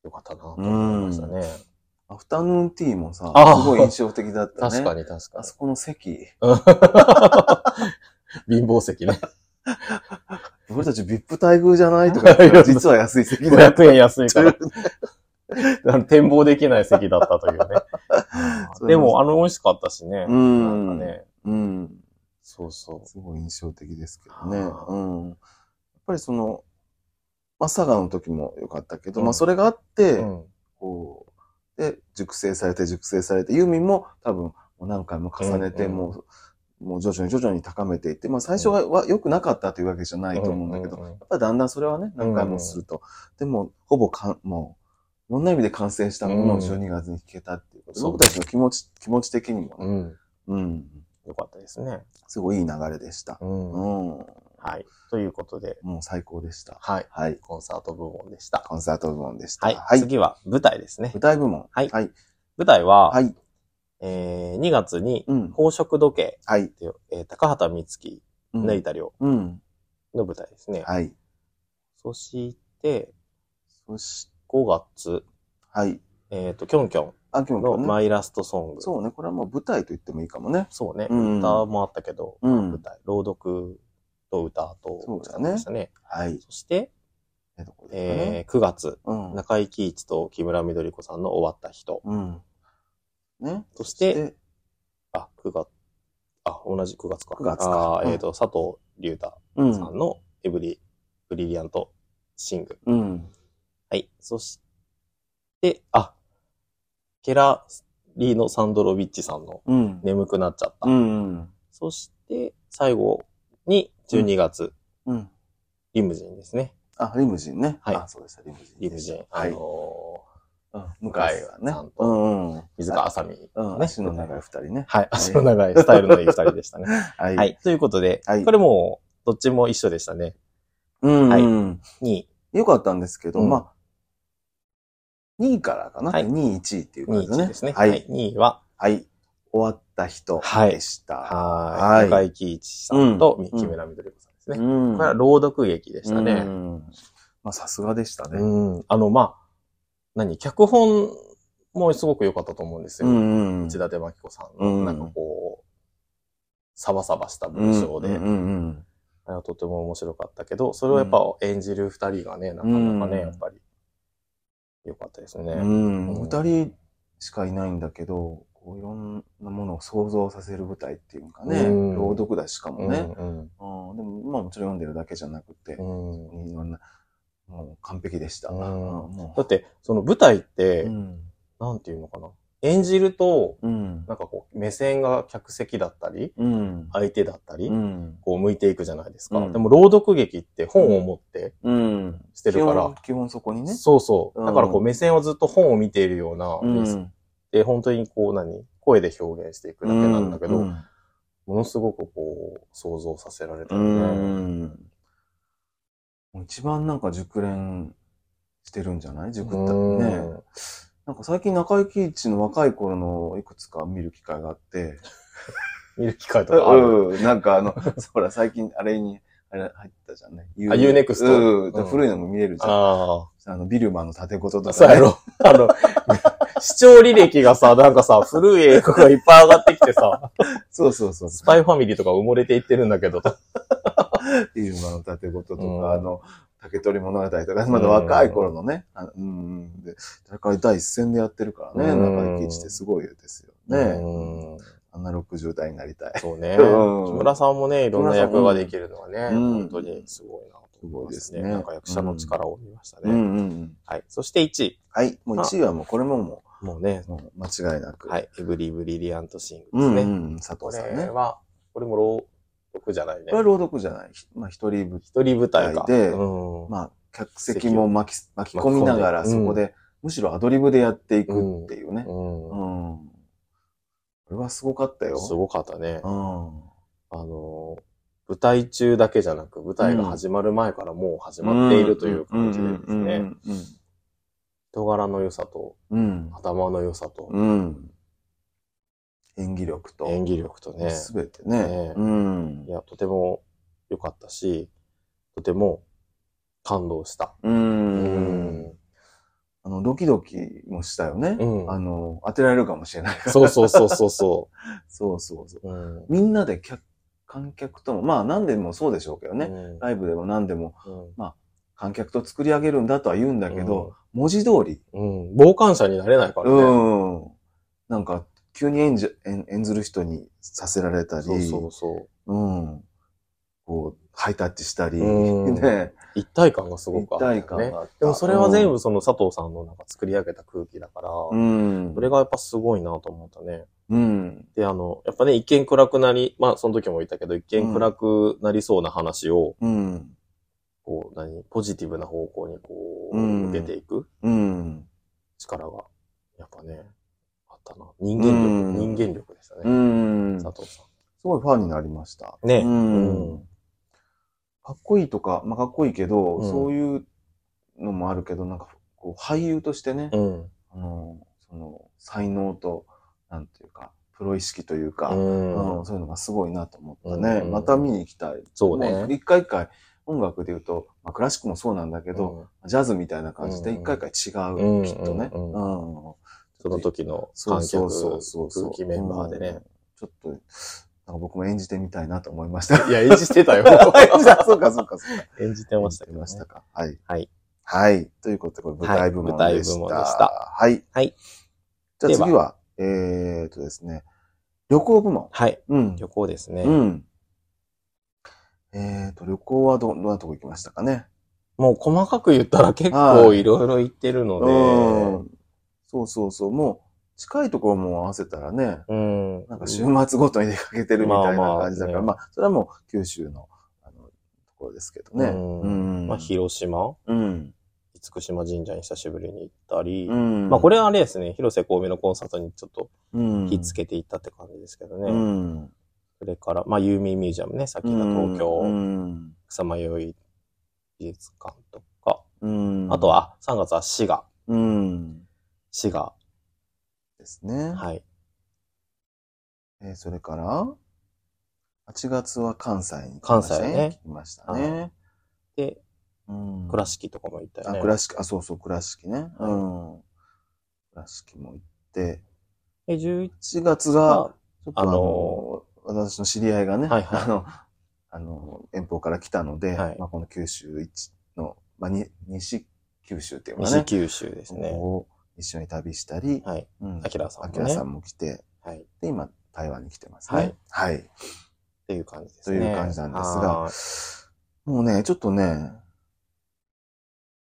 Speaker 2: 良かったなと思いましたね。
Speaker 1: アフタヌーンティーもさ、
Speaker 2: あー
Speaker 1: すごい印象的だったね。
Speaker 2: 確かに確
Speaker 1: あ
Speaker 2: かに。
Speaker 1: そこの席、
Speaker 2: 貧乏席ね。
Speaker 1: 俺たち VIP 待遇じゃ ないと か言ったら、実は安い席だよ。
Speaker 2: 500円安 いから。なんか 展望できない席だったと いうね。
Speaker 1: そう
Speaker 2: でも、あの、美味しかったしね。
Speaker 1: うん
Speaker 2: なんかね。
Speaker 1: うん。
Speaker 2: そうそ
Speaker 1: すごい印象的ですけどね。
Speaker 2: はあ
Speaker 1: うん。やっぱりその、まあ、佐賀の時も良かったけど、
Speaker 2: うん
Speaker 1: まあ、それがあって、
Speaker 2: う。うん。
Speaker 1: こう、で、熟成されて、熟成されて、ユーミンも多分、もう何回も重ねて、
Speaker 2: うんうん
Speaker 1: もう、もう徐々に徐々に高めていって、まあ、最初はは良くなかったというわけじゃないと思うんだけど、やっ
Speaker 2: ど。
Speaker 1: ぱりだんだんそれはね、何回もすると。でも、ほぼかん、もう、いろんな意味で完成したものを12月に弾けたっていうことで、
Speaker 2: うん
Speaker 1: 僕たちの気持ち、気持ち的にも
Speaker 2: う
Speaker 1: ね、
Speaker 2: ん。
Speaker 1: うん、
Speaker 2: よかったですね。
Speaker 1: すごいいい流れでした。
Speaker 2: うん。
Speaker 1: う
Speaker 2: は
Speaker 1: ん。
Speaker 2: い。ということで、
Speaker 1: もう最高でした。
Speaker 2: はい。
Speaker 1: はい。
Speaker 2: コンサート部門でした。
Speaker 1: コンサート部門でした。
Speaker 2: はい。次は舞台ですね
Speaker 1: 舞。台部門。
Speaker 2: はい
Speaker 1: はい。
Speaker 2: 舞台は、
Speaker 1: はい。
Speaker 2: えー2月に、
Speaker 1: うん。
Speaker 2: 宝飾時計
Speaker 1: はい。
Speaker 2: っていう、えー高畑充希、
Speaker 1: うん
Speaker 2: 成田凌
Speaker 1: うん。
Speaker 2: の舞台ですね。
Speaker 1: はい。
Speaker 2: そして、
Speaker 1: そし、
Speaker 2: 5月、
Speaker 1: はい。
Speaker 2: えっ、と、キョンキョ
Speaker 1: あ、今
Speaker 2: ン
Speaker 1: 日
Speaker 2: の
Speaker 1: も、ね。
Speaker 2: マイラストソング。
Speaker 1: そうね。これはもう舞台と言ってもいいかもね。
Speaker 2: そうね。
Speaker 1: うん
Speaker 2: 歌もあったけど、
Speaker 1: うん
Speaker 2: 舞台、朗読と歌と
Speaker 1: そうだね
Speaker 2: でしたね。
Speaker 1: はい。
Speaker 2: そして、
Speaker 1: え、どこですかね。
Speaker 2: えー9月、
Speaker 1: うん。
Speaker 2: 中井貴一と木村みどり子さんの終わった人。
Speaker 1: うん。ね。
Speaker 2: そして、、あ、9月、あ、同じ9月か。
Speaker 1: 9月か
Speaker 2: あーえっ、と、佐藤隆太
Speaker 1: う
Speaker 2: さん
Speaker 1: ん。
Speaker 2: のエブリ、ブリリアントシング。
Speaker 1: うん。
Speaker 2: はい。そして、あ、ケラリーノ・サンドロビッチさんの
Speaker 1: うん。
Speaker 2: 眠くなっちゃった。
Speaker 1: うん。
Speaker 2: そして、最後に12月、
Speaker 1: うん。
Speaker 2: リムジンですね。
Speaker 1: あ、リムジンね。
Speaker 2: はい
Speaker 1: あ、そうでした。リムジン。
Speaker 2: リムジン。
Speaker 1: は
Speaker 2: あ
Speaker 1: い。
Speaker 2: の
Speaker 1: うん向井はね
Speaker 2: さん。と
Speaker 1: うんうん。
Speaker 2: ー、水川あさみ。
Speaker 1: うん。
Speaker 2: ね
Speaker 1: 足の長い二人ね。
Speaker 2: はい。足の長いスタイルのいい二人でしたね。
Speaker 1: は
Speaker 2: は。い。ということで、
Speaker 1: はい
Speaker 2: これも、どっちも一緒でしたね。
Speaker 1: うん。
Speaker 2: はい
Speaker 1: うん
Speaker 2: 2
Speaker 1: よかったんですけど、
Speaker 2: うん
Speaker 1: まあ、2位からかな。
Speaker 2: はい
Speaker 1: 2位、1位っていう
Speaker 2: 位、
Speaker 1: 感
Speaker 2: 2
Speaker 1: じ
Speaker 2: 位1ですね。
Speaker 1: は
Speaker 2: はいい。。2位は、
Speaker 1: はい。終わった人
Speaker 2: はい
Speaker 1: でした。
Speaker 2: は。
Speaker 1: はいい
Speaker 2: 向井貴一さんと
Speaker 1: うん
Speaker 2: 木村みどり子さんですね。
Speaker 1: うん
Speaker 2: これは朗読劇でした
Speaker 1: う
Speaker 2: ね。
Speaker 1: んまあ、さすがでしたね。
Speaker 2: うん。あの、まあ、何脚本もすごく良かったと思うんですよ。
Speaker 1: ん
Speaker 2: 内館真紀子さんの、
Speaker 1: うん
Speaker 2: なんかこう、サバサバした
Speaker 1: うん
Speaker 2: 文章で、
Speaker 1: うんうん
Speaker 2: あれはとても面白かったけど、それをやっぱ演じる二人がね、なかなかね、
Speaker 1: うん
Speaker 2: やっぱり、良かったですね。
Speaker 1: う
Speaker 2: うん
Speaker 1: ん
Speaker 2: うん
Speaker 1: 二人しかいないんだけど、こういろんなものを想像させる舞台っていうかね、
Speaker 2: うん
Speaker 1: 朗読だしかもね。
Speaker 2: うん
Speaker 1: うんでも、まあもちろん読んでるだけじゃなくて、
Speaker 2: うん
Speaker 1: いろんな、もう完璧でした。
Speaker 2: うん
Speaker 1: もう
Speaker 2: だって、その舞台って、
Speaker 1: うん
Speaker 2: なんていうのかな。演じると、
Speaker 1: うん
Speaker 2: なんかこう、目線が客席だったり、
Speaker 1: うん
Speaker 2: 相手だったり、
Speaker 1: うん
Speaker 2: こう向いていくじゃないですか。
Speaker 1: うん
Speaker 2: でも朗読劇って本を持って
Speaker 1: うん
Speaker 2: してるから、
Speaker 1: 基本基本そこにね。
Speaker 2: そうそう。
Speaker 1: うん
Speaker 2: だからこう目線はずっと本を見ているような、
Speaker 1: うん
Speaker 2: で、本当にこう何声で表現していくだけなんだけど、
Speaker 1: うん
Speaker 2: ものすごくこう、想像させられた
Speaker 1: う
Speaker 2: よね。
Speaker 1: ん。もう一番なんか熟練してるんじゃない熟った
Speaker 2: うん
Speaker 1: ね。なんか最近中井貴一の若い頃のいくつか見る機会があって、
Speaker 2: 見る機会とかある。
Speaker 1: うん、なんかあの、 ほら最近あれに、あれ入ったじゃんね。U-
Speaker 2: あ U-NEXT
Speaker 1: うん、
Speaker 2: うん
Speaker 1: 古いのも見れるじゃん。あ
Speaker 2: あ
Speaker 1: の、ビルマンの縦事とか、ね。
Speaker 2: あ、そうやろ。 あの、視聴履歴がさ、なんかさ、古い映画がいっぱい上がってきてさ、
Speaker 1: そうそうそう。
Speaker 2: スパイファミリーとか埋もれていってるんだけど、
Speaker 1: ビルマンの縦事とか、
Speaker 2: うん
Speaker 1: あの、竹取物語とか、まだ若い頃のね。あのうん。で、だから第一線でやってるからね、
Speaker 2: うん
Speaker 1: 中井貴一ってすごいですよね。
Speaker 2: うん
Speaker 1: あんな60代になりたい。
Speaker 2: そうね。
Speaker 1: うん
Speaker 2: 木村さんもね、いろんな役ができるのはね、
Speaker 1: うん
Speaker 2: 本当にすごいなと思いますす
Speaker 1: ごいです
Speaker 2: ね。
Speaker 1: ね
Speaker 2: なんか役者の力を見ましたね。
Speaker 1: うんうん。
Speaker 2: はい。そして1位。
Speaker 1: はい。もう1位はもう、これもも
Speaker 2: もうね
Speaker 1: う、、もう間違いなく。。
Speaker 2: はいい。エブリブリリアントシング
Speaker 1: う
Speaker 2: です
Speaker 1: ん、
Speaker 2: ね。
Speaker 1: うん、佐
Speaker 2: こ
Speaker 1: 藤さん
Speaker 2: れ
Speaker 1: ね。
Speaker 2: は、これも朗読じゃないね
Speaker 1: これ。は朗読じゃない。ひまあ、一人舞
Speaker 2: 一人舞台か。
Speaker 1: 舞台で
Speaker 2: うん
Speaker 1: まあ、客席も巻き巻き込みながら、
Speaker 2: 巻き込ん
Speaker 1: そこ
Speaker 2: で
Speaker 1: で、むしろアドリブでやっていくっていうね。
Speaker 2: う
Speaker 1: うんん。これはすごかったよ。
Speaker 2: すごかったね。
Speaker 1: うん。
Speaker 2: あの、舞台中だけじゃなく、舞台が始まる前からもう始まっているという感じでですね、人柄の良さと、
Speaker 1: うん。うん。
Speaker 2: 頭の良さと、
Speaker 1: うん。うん演技力と、
Speaker 2: 演技力とね、
Speaker 1: すべてね。
Speaker 2: ね
Speaker 1: うん
Speaker 2: い。や、とても良かったし、とても感動した。
Speaker 1: う。。
Speaker 2: うん
Speaker 1: あの、ドキドキもしたよね。
Speaker 2: うん
Speaker 1: あの、当てられるかもしれない から。
Speaker 2: そうそうそうそうそ
Speaker 1: そうそうそう。
Speaker 2: う。うん。
Speaker 1: みんなで客観客とも、まあ何でもそうでしょうけどね。
Speaker 2: うん。
Speaker 1: ライブでも何でも
Speaker 2: うん
Speaker 1: 観客と作り上げるんだとは言うんだけど、、文字通り、
Speaker 2: うん。うん傍観者になれないからね。
Speaker 1: うん。なんか、急に演じ演演ずる人にさせられたり、
Speaker 2: そうそうそ
Speaker 1: うん。こう、ハイタッチしたり、
Speaker 2: うん
Speaker 1: ね、
Speaker 2: う。一体感がすご
Speaker 1: 一
Speaker 2: くあったよね。
Speaker 1: 体感があった。
Speaker 2: でもそれは全部その佐藤さんのなんか作り上げた空気だから、
Speaker 1: うん、うん。
Speaker 2: それがやっぱすごいなと思ったね。
Speaker 1: うん。
Speaker 2: で、あの、やっぱね、一見暗くなり、まあその時も言ったけど、一見暗くなりそうな話を、
Speaker 1: うん。
Speaker 2: こう、何、ポジティブな方向にこう、
Speaker 1: うん
Speaker 2: 向けていく
Speaker 1: うん。
Speaker 2: 力が、やっぱね、あったな。人間力、
Speaker 1: うん
Speaker 2: 人間力でした
Speaker 1: う
Speaker 2: ね、
Speaker 1: ん。す
Speaker 2: 佐藤さ
Speaker 1: ごいファンになりました。
Speaker 2: ん。ね。
Speaker 1: うん。かっこいいとか、まあかっこいいけど、
Speaker 2: うん
Speaker 1: そういうのもあるけど、なんか、こう、俳優としてね、
Speaker 2: うん。
Speaker 1: あの、その、才能と、なんていうか、プロ意識というか、
Speaker 2: うん。
Speaker 1: うんそういうのがすごいなと思ったね。
Speaker 2: うん
Speaker 1: また見に行きたい。
Speaker 2: そう
Speaker 1: も
Speaker 2: ね。
Speaker 1: 一回一回、音楽で言うと、まあ、クラシックもそうなんだけど、
Speaker 2: うん
Speaker 1: ジャズみたいな感じで
Speaker 2: うん
Speaker 1: 一回一回違う、
Speaker 2: うん
Speaker 1: きっとね。
Speaker 2: うん
Speaker 1: うん
Speaker 2: その時の
Speaker 1: そう
Speaker 2: 観
Speaker 1: そ
Speaker 2: 客
Speaker 1: うそうそう、
Speaker 2: 空気メンバーで
Speaker 1: う
Speaker 2: ね
Speaker 1: ん。。ちょっと、なんか僕も演じてみたいなと思いました。。
Speaker 2: いや、演じてたよ
Speaker 1: そうかそうかそうか。
Speaker 2: 演じてましたけ
Speaker 1: 演じて
Speaker 2: ど、ね
Speaker 1: ま。したか。はい。
Speaker 2: はい。
Speaker 1: はい。ということで、これ舞台部門で
Speaker 2: はい舞台部
Speaker 1: し
Speaker 2: 門
Speaker 1: た。
Speaker 2: でした
Speaker 1: はい。
Speaker 2: はい
Speaker 1: じゃあ
Speaker 2: では
Speaker 1: 次は、えーっとですね、旅行部門。
Speaker 2: はい。
Speaker 1: うん。
Speaker 2: 旅行ですね。
Speaker 1: うん。えっ、と、旅行はど、どんなとこ行きましたかね。
Speaker 2: もう細かく言ったら結構いろいろ行ってるので、
Speaker 1: ん。そうそうそう。もう、近いところも合わせたらね、
Speaker 2: うん。
Speaker 1: なんか週末ごとに出かけてるみたいな感じだから、ま
Speaker 2: ま
Speaker 1: あ、それはもう九州の、あの、ところですけどね。
Speaker 2: うん
Speaker 1: うん。
Speaker 2: まあ、広島、
Speaker 1: うん。
Speaker 2: 厳島神社に久しぶりに行ったり、
Speaker 1: うん。
Speaker 2: まあこ
Speaker 1: れ、
Speaker 2: れはあれですね、広瀬香美のコンサートにちょっと
Speaker 1: うん。
Speaker 2: 火つけていったって感じですけどね。
Speaker 1: うん。
Speaker 2: それから、まあユーミンミュージアムね、さっきの東京、
Speaker 1: うん。
Speaker 2: 草間弥生美術館とか、
Speaker 1: うん。
Speaker 2: あと、は3月は滋賀、
Speaker 1: うん。
Speaker 2: 滋賀、
Speaker 1: ですね。
Speaker 2: はい。
Speaker 1: えーそれから、8月は関西に行きま
Speaker 2: 関
Speaker 1: した
Speaker 2: 西
Speaker 1: ね。
Speaker 2: ね
Speaker 1: 行きましたね。
Speaker 2: で、
Speaker 1: うん
Speaker 2: 倉敷とかも行ったよ
Speaker 1: あ、
Speaker 2: ね。
Speaker 1: 倉敷、あ、そうそう、倉敷ね。うん。倉敷も行って、
Speaker 2: で11
Speaker 1: 4月が、、
Speaker 2: は
Speaker 1: ちょっとあ
Speaker 2: あ
Speaker 1: の
Speaker 2: の
Speaker 1: 私の知り合いがね、
Speaker 2: はいはい
Speaker 1: あの、あの、遠方から来たので、
Speaker 2: はい
Speaker 1: まあ、この九州一の、まあ、に西九州っていうのか
Speaker 2: 西
Speaker 1: ね、
Speaker 2: 九州ですね。
Speaker 1: を一緒に旅したり、
Speaker 2: はい。
Speaker 1: うん
Speaker 2: アキラさん
Speaker 1: あ
Speaker 2: も
Speaker 1: き
Speaker 2: ね。
Speaker 1: らさんも来て、
Speaker 2: はい。っ
Speaker 1: で、今、台湾に来てますね。はい。
Speaker 2: ていう感じです
Speaker 1: と
Speaker 2: ね。
Speaker 1: いう感じなん
Speaker 2: はい
Speaker 1: ですが、もうね、ちょっとね、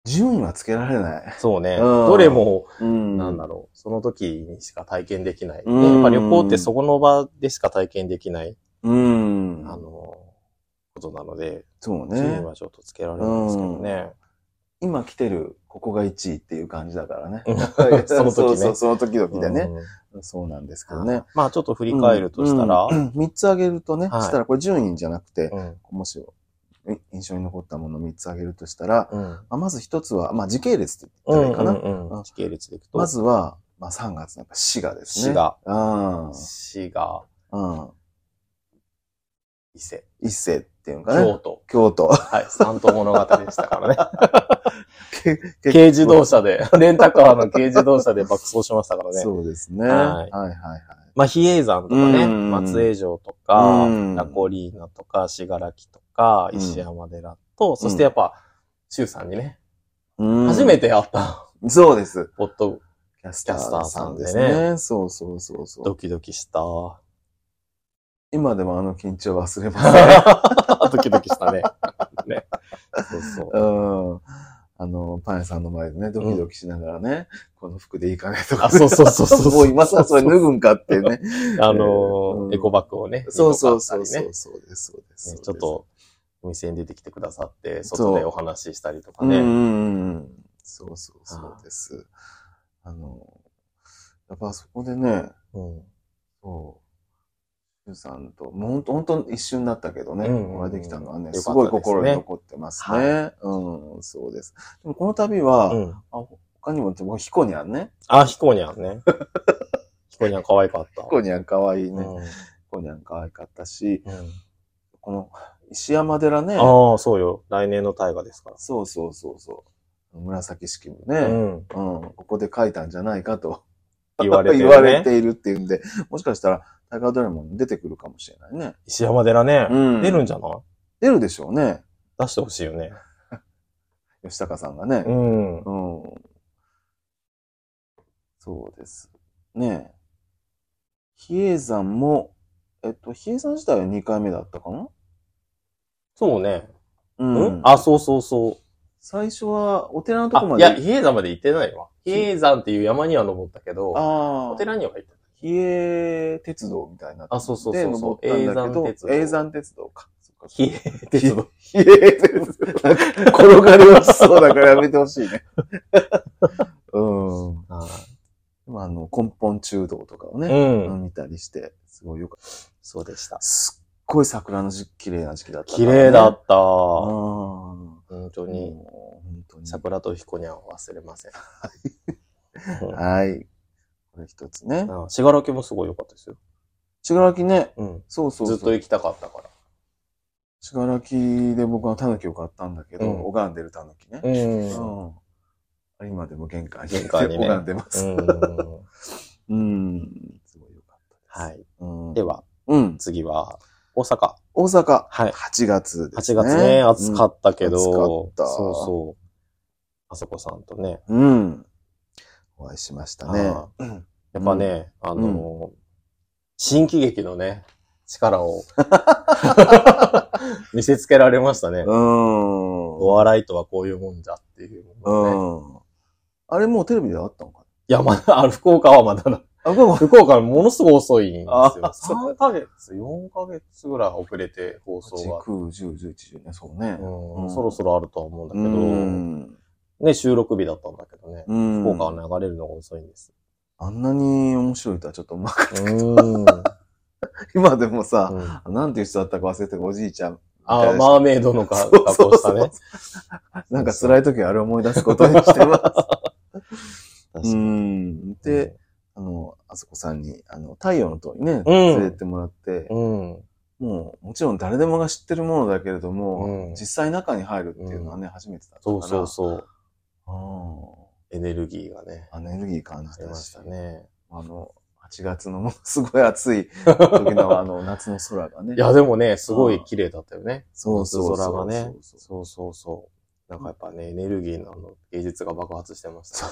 Speaker 1: 順位はつけられない。
Speaker 2: そうね。
Speaker 1: うん
Speaker 2: どれも、
Speaker 1: うん
Speaker 2: なんだろう、その時にしか体験できない。
Speaker 1: うん
Speaker 2: でやっぱ旅行ってそこの場でしか体験できない、
Speaker 1: うん。
Speaker 2: あの、ことなので、
Speaker 1: そう
Speaker 2: 順
Speaker 1: ね
Speaker 2: 位。はちょっとつけられないんですけどね。
Speaker 1: 今来てる、ここが1位っていう感じだからね。
Speaker 2: うん
Speaker 1: そ
Speaker 2: そ
Speaker 1: の
Speaker 2: の
Speaker 1: 時ね。
Speaker 2: 時ね
Speaker 1: そうその時々でね、
Speaker 2: うん
Speaker 1: そうなんですけどね。
Speaker 2: まあちょっと振り返るとしたら、
Speaker 1: うんうん3つあげるとね、
Speaker 2: はい
Speaker 1: したらこれ順位じゃなくて、
Speaker 2: うん
Speaker 1: もしえ印象に残ったもの3つあげるとしたら、
Speaker 2: うん
Speaker 1: まあまず1つは、まあ時系列って
Speaker 2: う
Speaker 1: 言ったらい
Speaker 2: ん
Speaker 1: いかな。
Speaker 2: うんうん時系列でいくと、
Speaker 1: まずは、まあ3月のやっぱ滋賀ですね。
Speaker 2: 滋。賀、
Speaker 1: あ
Speaker 2: 滋賀、
Speaker 1: あ。
Speaker 2: 伊勢、
Speaker 1: 一世っていうのか
Speaker 2: 京
Speaker 1: ね。
Speaker 2: 都。
Speaker 1: 京都。
Speaker 2: はい、三島物語でし たからね。
Speaker 1: けけ
Speaker 2: 軽自動車で、 レンタカーの軽自動車で爆走しましたからね。
Speaker 1: そうですね。は
Speaker 2: はいい
Speaker 1: はいはい。
Speaker 2: まあ、比叡山とかね、
Speaker 1: うん
Speaker 2: 松江城とか、
Speaker 1: うん
Speaker 2: ラコリーナとか、信楽とか、
Speaker 1: うん
Speaker 2: 石山寺と、そしてやっぱ、周さんにね、
Speaker 1: うん
Speaker 2: 初めて会った、
Speaker 1: そうです。
Speaker 2: おっと、
Speaker 1: キャスタ
Speaker 2: キャスタ
Speaker 1: ー
Speaker 2: ー
Speaker 1: さ
Speaker 2: さ
Speaker 1: ん
Speaker 2: ん
Speaker 1: で
Speaker 2: ですす
Speaker 1: ね
Speaker 2: ね。
Speaker 1: そうそうそうそう。
Speaker 2: ドキド キした。ド
Speaker 1: 今でもあの緊張忘 れません。
Speaker 2: キドキしたね。ね。そうそう。
Speaker 1: うん。ああの、パン屋さんの前でね、ドキドキしながらね、この服でいいかねと
Speaker 2: あ
Speaker 1: か。
Speaker 2: そうそうそうそう
Speaker 1: もう今さ、それ脱ぐんかっていう ね。
Speaker 2: あの
Speaker 1: う
Speaker 2: ー、
Speaker 1: ん
Speaker 2: エコバッグをね。
Speaker 1: そうそうそう
Speaker 2: 二度買った
Speaker 1: そ
Speaker 2: り
Speaker 1: う。
Speaker 2: ね
Speaker 1: そうです、そうです。
Speaker 2: ねちょっと、お店に出てきてくださって、
Speaker 1: そう
Speaker 2: 外でお話ししたりとか
Speaker 1: そうです。うんうん
Speaker 2: ね。
Speaker 1: うんうん。そうそうそうです。あの、やっぱそこでね、
Speaker 2: うん。
Speaker 1: そう。シュウさんと、もうほんと、本当に一瞬だったけどね、
Speaker 2: うんうんうん
Speaker 1: お会いできたのはね、
Speaker 2: ですね
Speaker 1: すごい心に残ってますね。うん、そうです。でもこの度は、
Speaker 2: うん。
Speaker 1: あ他にも、でもヒコニャンね。
Speaker 2: あ、ヒコニャ ンね。ヒコニャン可愛かった。
Speaker 1: ヒコニャン可愛いね。ヒ
Speaker 2: ね。
Speaker 1: コニャン可愛かったし、
Speaker 2: うん
Speaker 1: この石山寺ね、
Speaker 2: ああ、そうよ。来年の大河ですか
Speaker 1: そうそうそうそう。紫式部
Speaker 2: ら。
Speaker 1: ね、
Speaker 2: うん。
Speaker 1: うん、ここで書いたんじゃないかと
Speaker 2: 言われてる
Speaker 1: 言
Speaker 2: ね
Speaker 1: われているっていうんで、もしかしたら、大河ドラマに出てくるかもしれないね。
Speaker 2: 石山寺ね。
Speaker 1: うん
Speaker 2: 出るんじゃない
Speaker 1: 出るでしょうね。
Speaker 2: 出してほしいよね。
Speaker 1: 吉高さんがね。
Speaker 2: うん。
Speaker 1: うん。そうです。ねえ。比叡山も、えっと、比叡山自体は2回目だったかな
Speaker 2: そうね。
Speaker 1: う
Speaker 2: う
Speaker 1: ん。
Speaker 2: んあ、そうそうそう。
Speaker 1: 最初はお寺のとこ
Speaker 2: あ、
Speaker 1: ま
Speaker 2: い
Speaker 1: で。
Speaker 2: や、比叡山まで行ってないわ。比叡山っていう山には登ったけど、
Speaker 1: あ
Speaker 2: お
Speaker 1: あ。
Speaker 2: 寺には行ってない。
Speaker 1: 比叡鉄道みたいになって
Speaker 2: あそうそうそうそう
Speaker 1: で登ったんだけど
Speaker 2: 叡山
Speaker 1: 叡山鉄
Speaker 2: 鉄道
Speaker 1: 道か。そっか
Speaker 2: 比叡鉄道。
Speaker 1: 比叡鉄道。なんか転がり落ち そうだからやめてほしいね。うん。
Speaker 2: あ
Speaker 1: でもあの、根本中道とかを
Speaker 2: ー
Speaker 1: ね、
Speaker 2: うん。
Speaker 1: 見たりして、すごいよかった。
Speaker 2: そうでした。
Speaker 1: すっごい桜の時期、綺麗な時期だったから
Speaker 2: 綺
Speaker 1: ね、
Speaker 2: 麗だった。
Speaker 1: た
Speaker 2: 本
Speaker 1: 本
Speaker 2: 当
Speaker 1: 当
Speaker 2: に。
Speaker 1: 本当に。
Speaker 2: 桜と彦には忘れません。 うん
Speaker 1: はい。これ一つね。
Speaker 2: うん信楽もすごい良かったですよ。
Speaker 1: しがらきね。
Speaker 2: うん。
Speaker 1: そうそう
Speaker 2: ず
Speaker 1: そ
Speaker 2: っ
Speaker 1: う。
Speaker 2: と行きたかったか
Speaker 1: しがらきで僕はタヌキを買ったんだけど、
Speaker 2: うん
Speaker 1: 拝んでるタヌキね。
Speaker 2: ら。うん
Speaker 1: うん今でも玄関に
Speaker 2: 玄関にね
Speaker 1: 拝んでます。うん。すごいよかったです。
Speaker 2: はい。
Speaker 1: うん
Speaker 2: で、は、
Speaker 1: うん。
Speaker 2: 次は、大阪。
Speaker 1: 大阪、
Speaker 2: はい。
Speaker 1: 8月ですね。
Speaker 2: 8月ね、暑かったけど、
Speaker 1: うん暑かった
Speaker 2: そうそう。あそこさんとね。
Speaker 1: うん。うん。お会いしましたね。
Speaker 2: あーやっぱね、あのー、新喜劇のね、力 を見せつけられましたね。
Speaker 1: うん。
Speaker 2: お笑いとはこういうもんじゃっていうものをね、い
Speaker 1: うん。あれもうテレビであったのかな
Speaker 2: や、まだ、あの福岡はまだ だ。
Speaker 1: あ、これも
Speaker 2: 福岡はものすごい遅いんですよ。
Speaker 1: あそう
Speaker 2: 3ヶ月、4ヶ月ぐらい遅れて放送
Speaker 1: 8、
Speaker 2: が。
Speaker 1: 9、10、11、12ね、そうね。
Speaker 2: う、
Speaker 1: うんん
Speaker 2: そろそろあるとは思うんだけど、
Speaker 1: うん。
Speaker 2: ね、収録日だったんだけどね。
Speaker 1: うん
Speaker 2: 福岡は流れるのが遅いんです。
Speaker 1: あんなに面白いとはちょっとまあ、
Speaker 2: うー ん。
Speaker 1: 今でもさ、
Speaker 2: うん
Speaker 1: なんていう人だったか忘れてるおじいちゃん。
Speaker 2: あ、マーメイドの格
Speaker 1: そうそ
Speaker 2: 好
Speaker 1: う
Speaker 2: した
Speaker 1: そう
Speaker 2: ね。
Speaker 1: なんか辛い時はあれ思い出すことに してま
Speaker 2: 確
Speaker 1: す。
Speaker 2: か
Speaker 1: う
Speaker 2: に
Speaker 1: ん。で、、あの、あそこさんに、あの、太陽の塔にね、
Speaker 2: うん
Speaker 1: 連れてってもらって、
Speaker 2: うん。
Speaker 1: もう、もちろん誰でもが知ってるものだけれども、
Speaker 2: うん
Speaker 1: 実際中に入るっていうのはね、初めてだったから。
Speaker 2: そうそうそう。
Speaker 1: うん
Speaker 2: エネルギーがね、
Speaker 1: あのエネルギー感じ
Speaker 2: あり
Speaker 1: た
Speaker 2: まし
Speaker 1: し、
Speaker 2: たね。
Speaker 1: あの、8月のも のすごい暑い時 のあの夏の空がね。
Speaker 2: いや、でもね、すごい綺麗だったよね。
Speaker 1: そうそう
Speaker 2: 空
Speaker 1: そう。
Speaker 2: がね。
Speaker 1: そうそう
Speaker 2: そうそうそう。なんかやっぱね、エネルギーのあの芸術が爆発してました。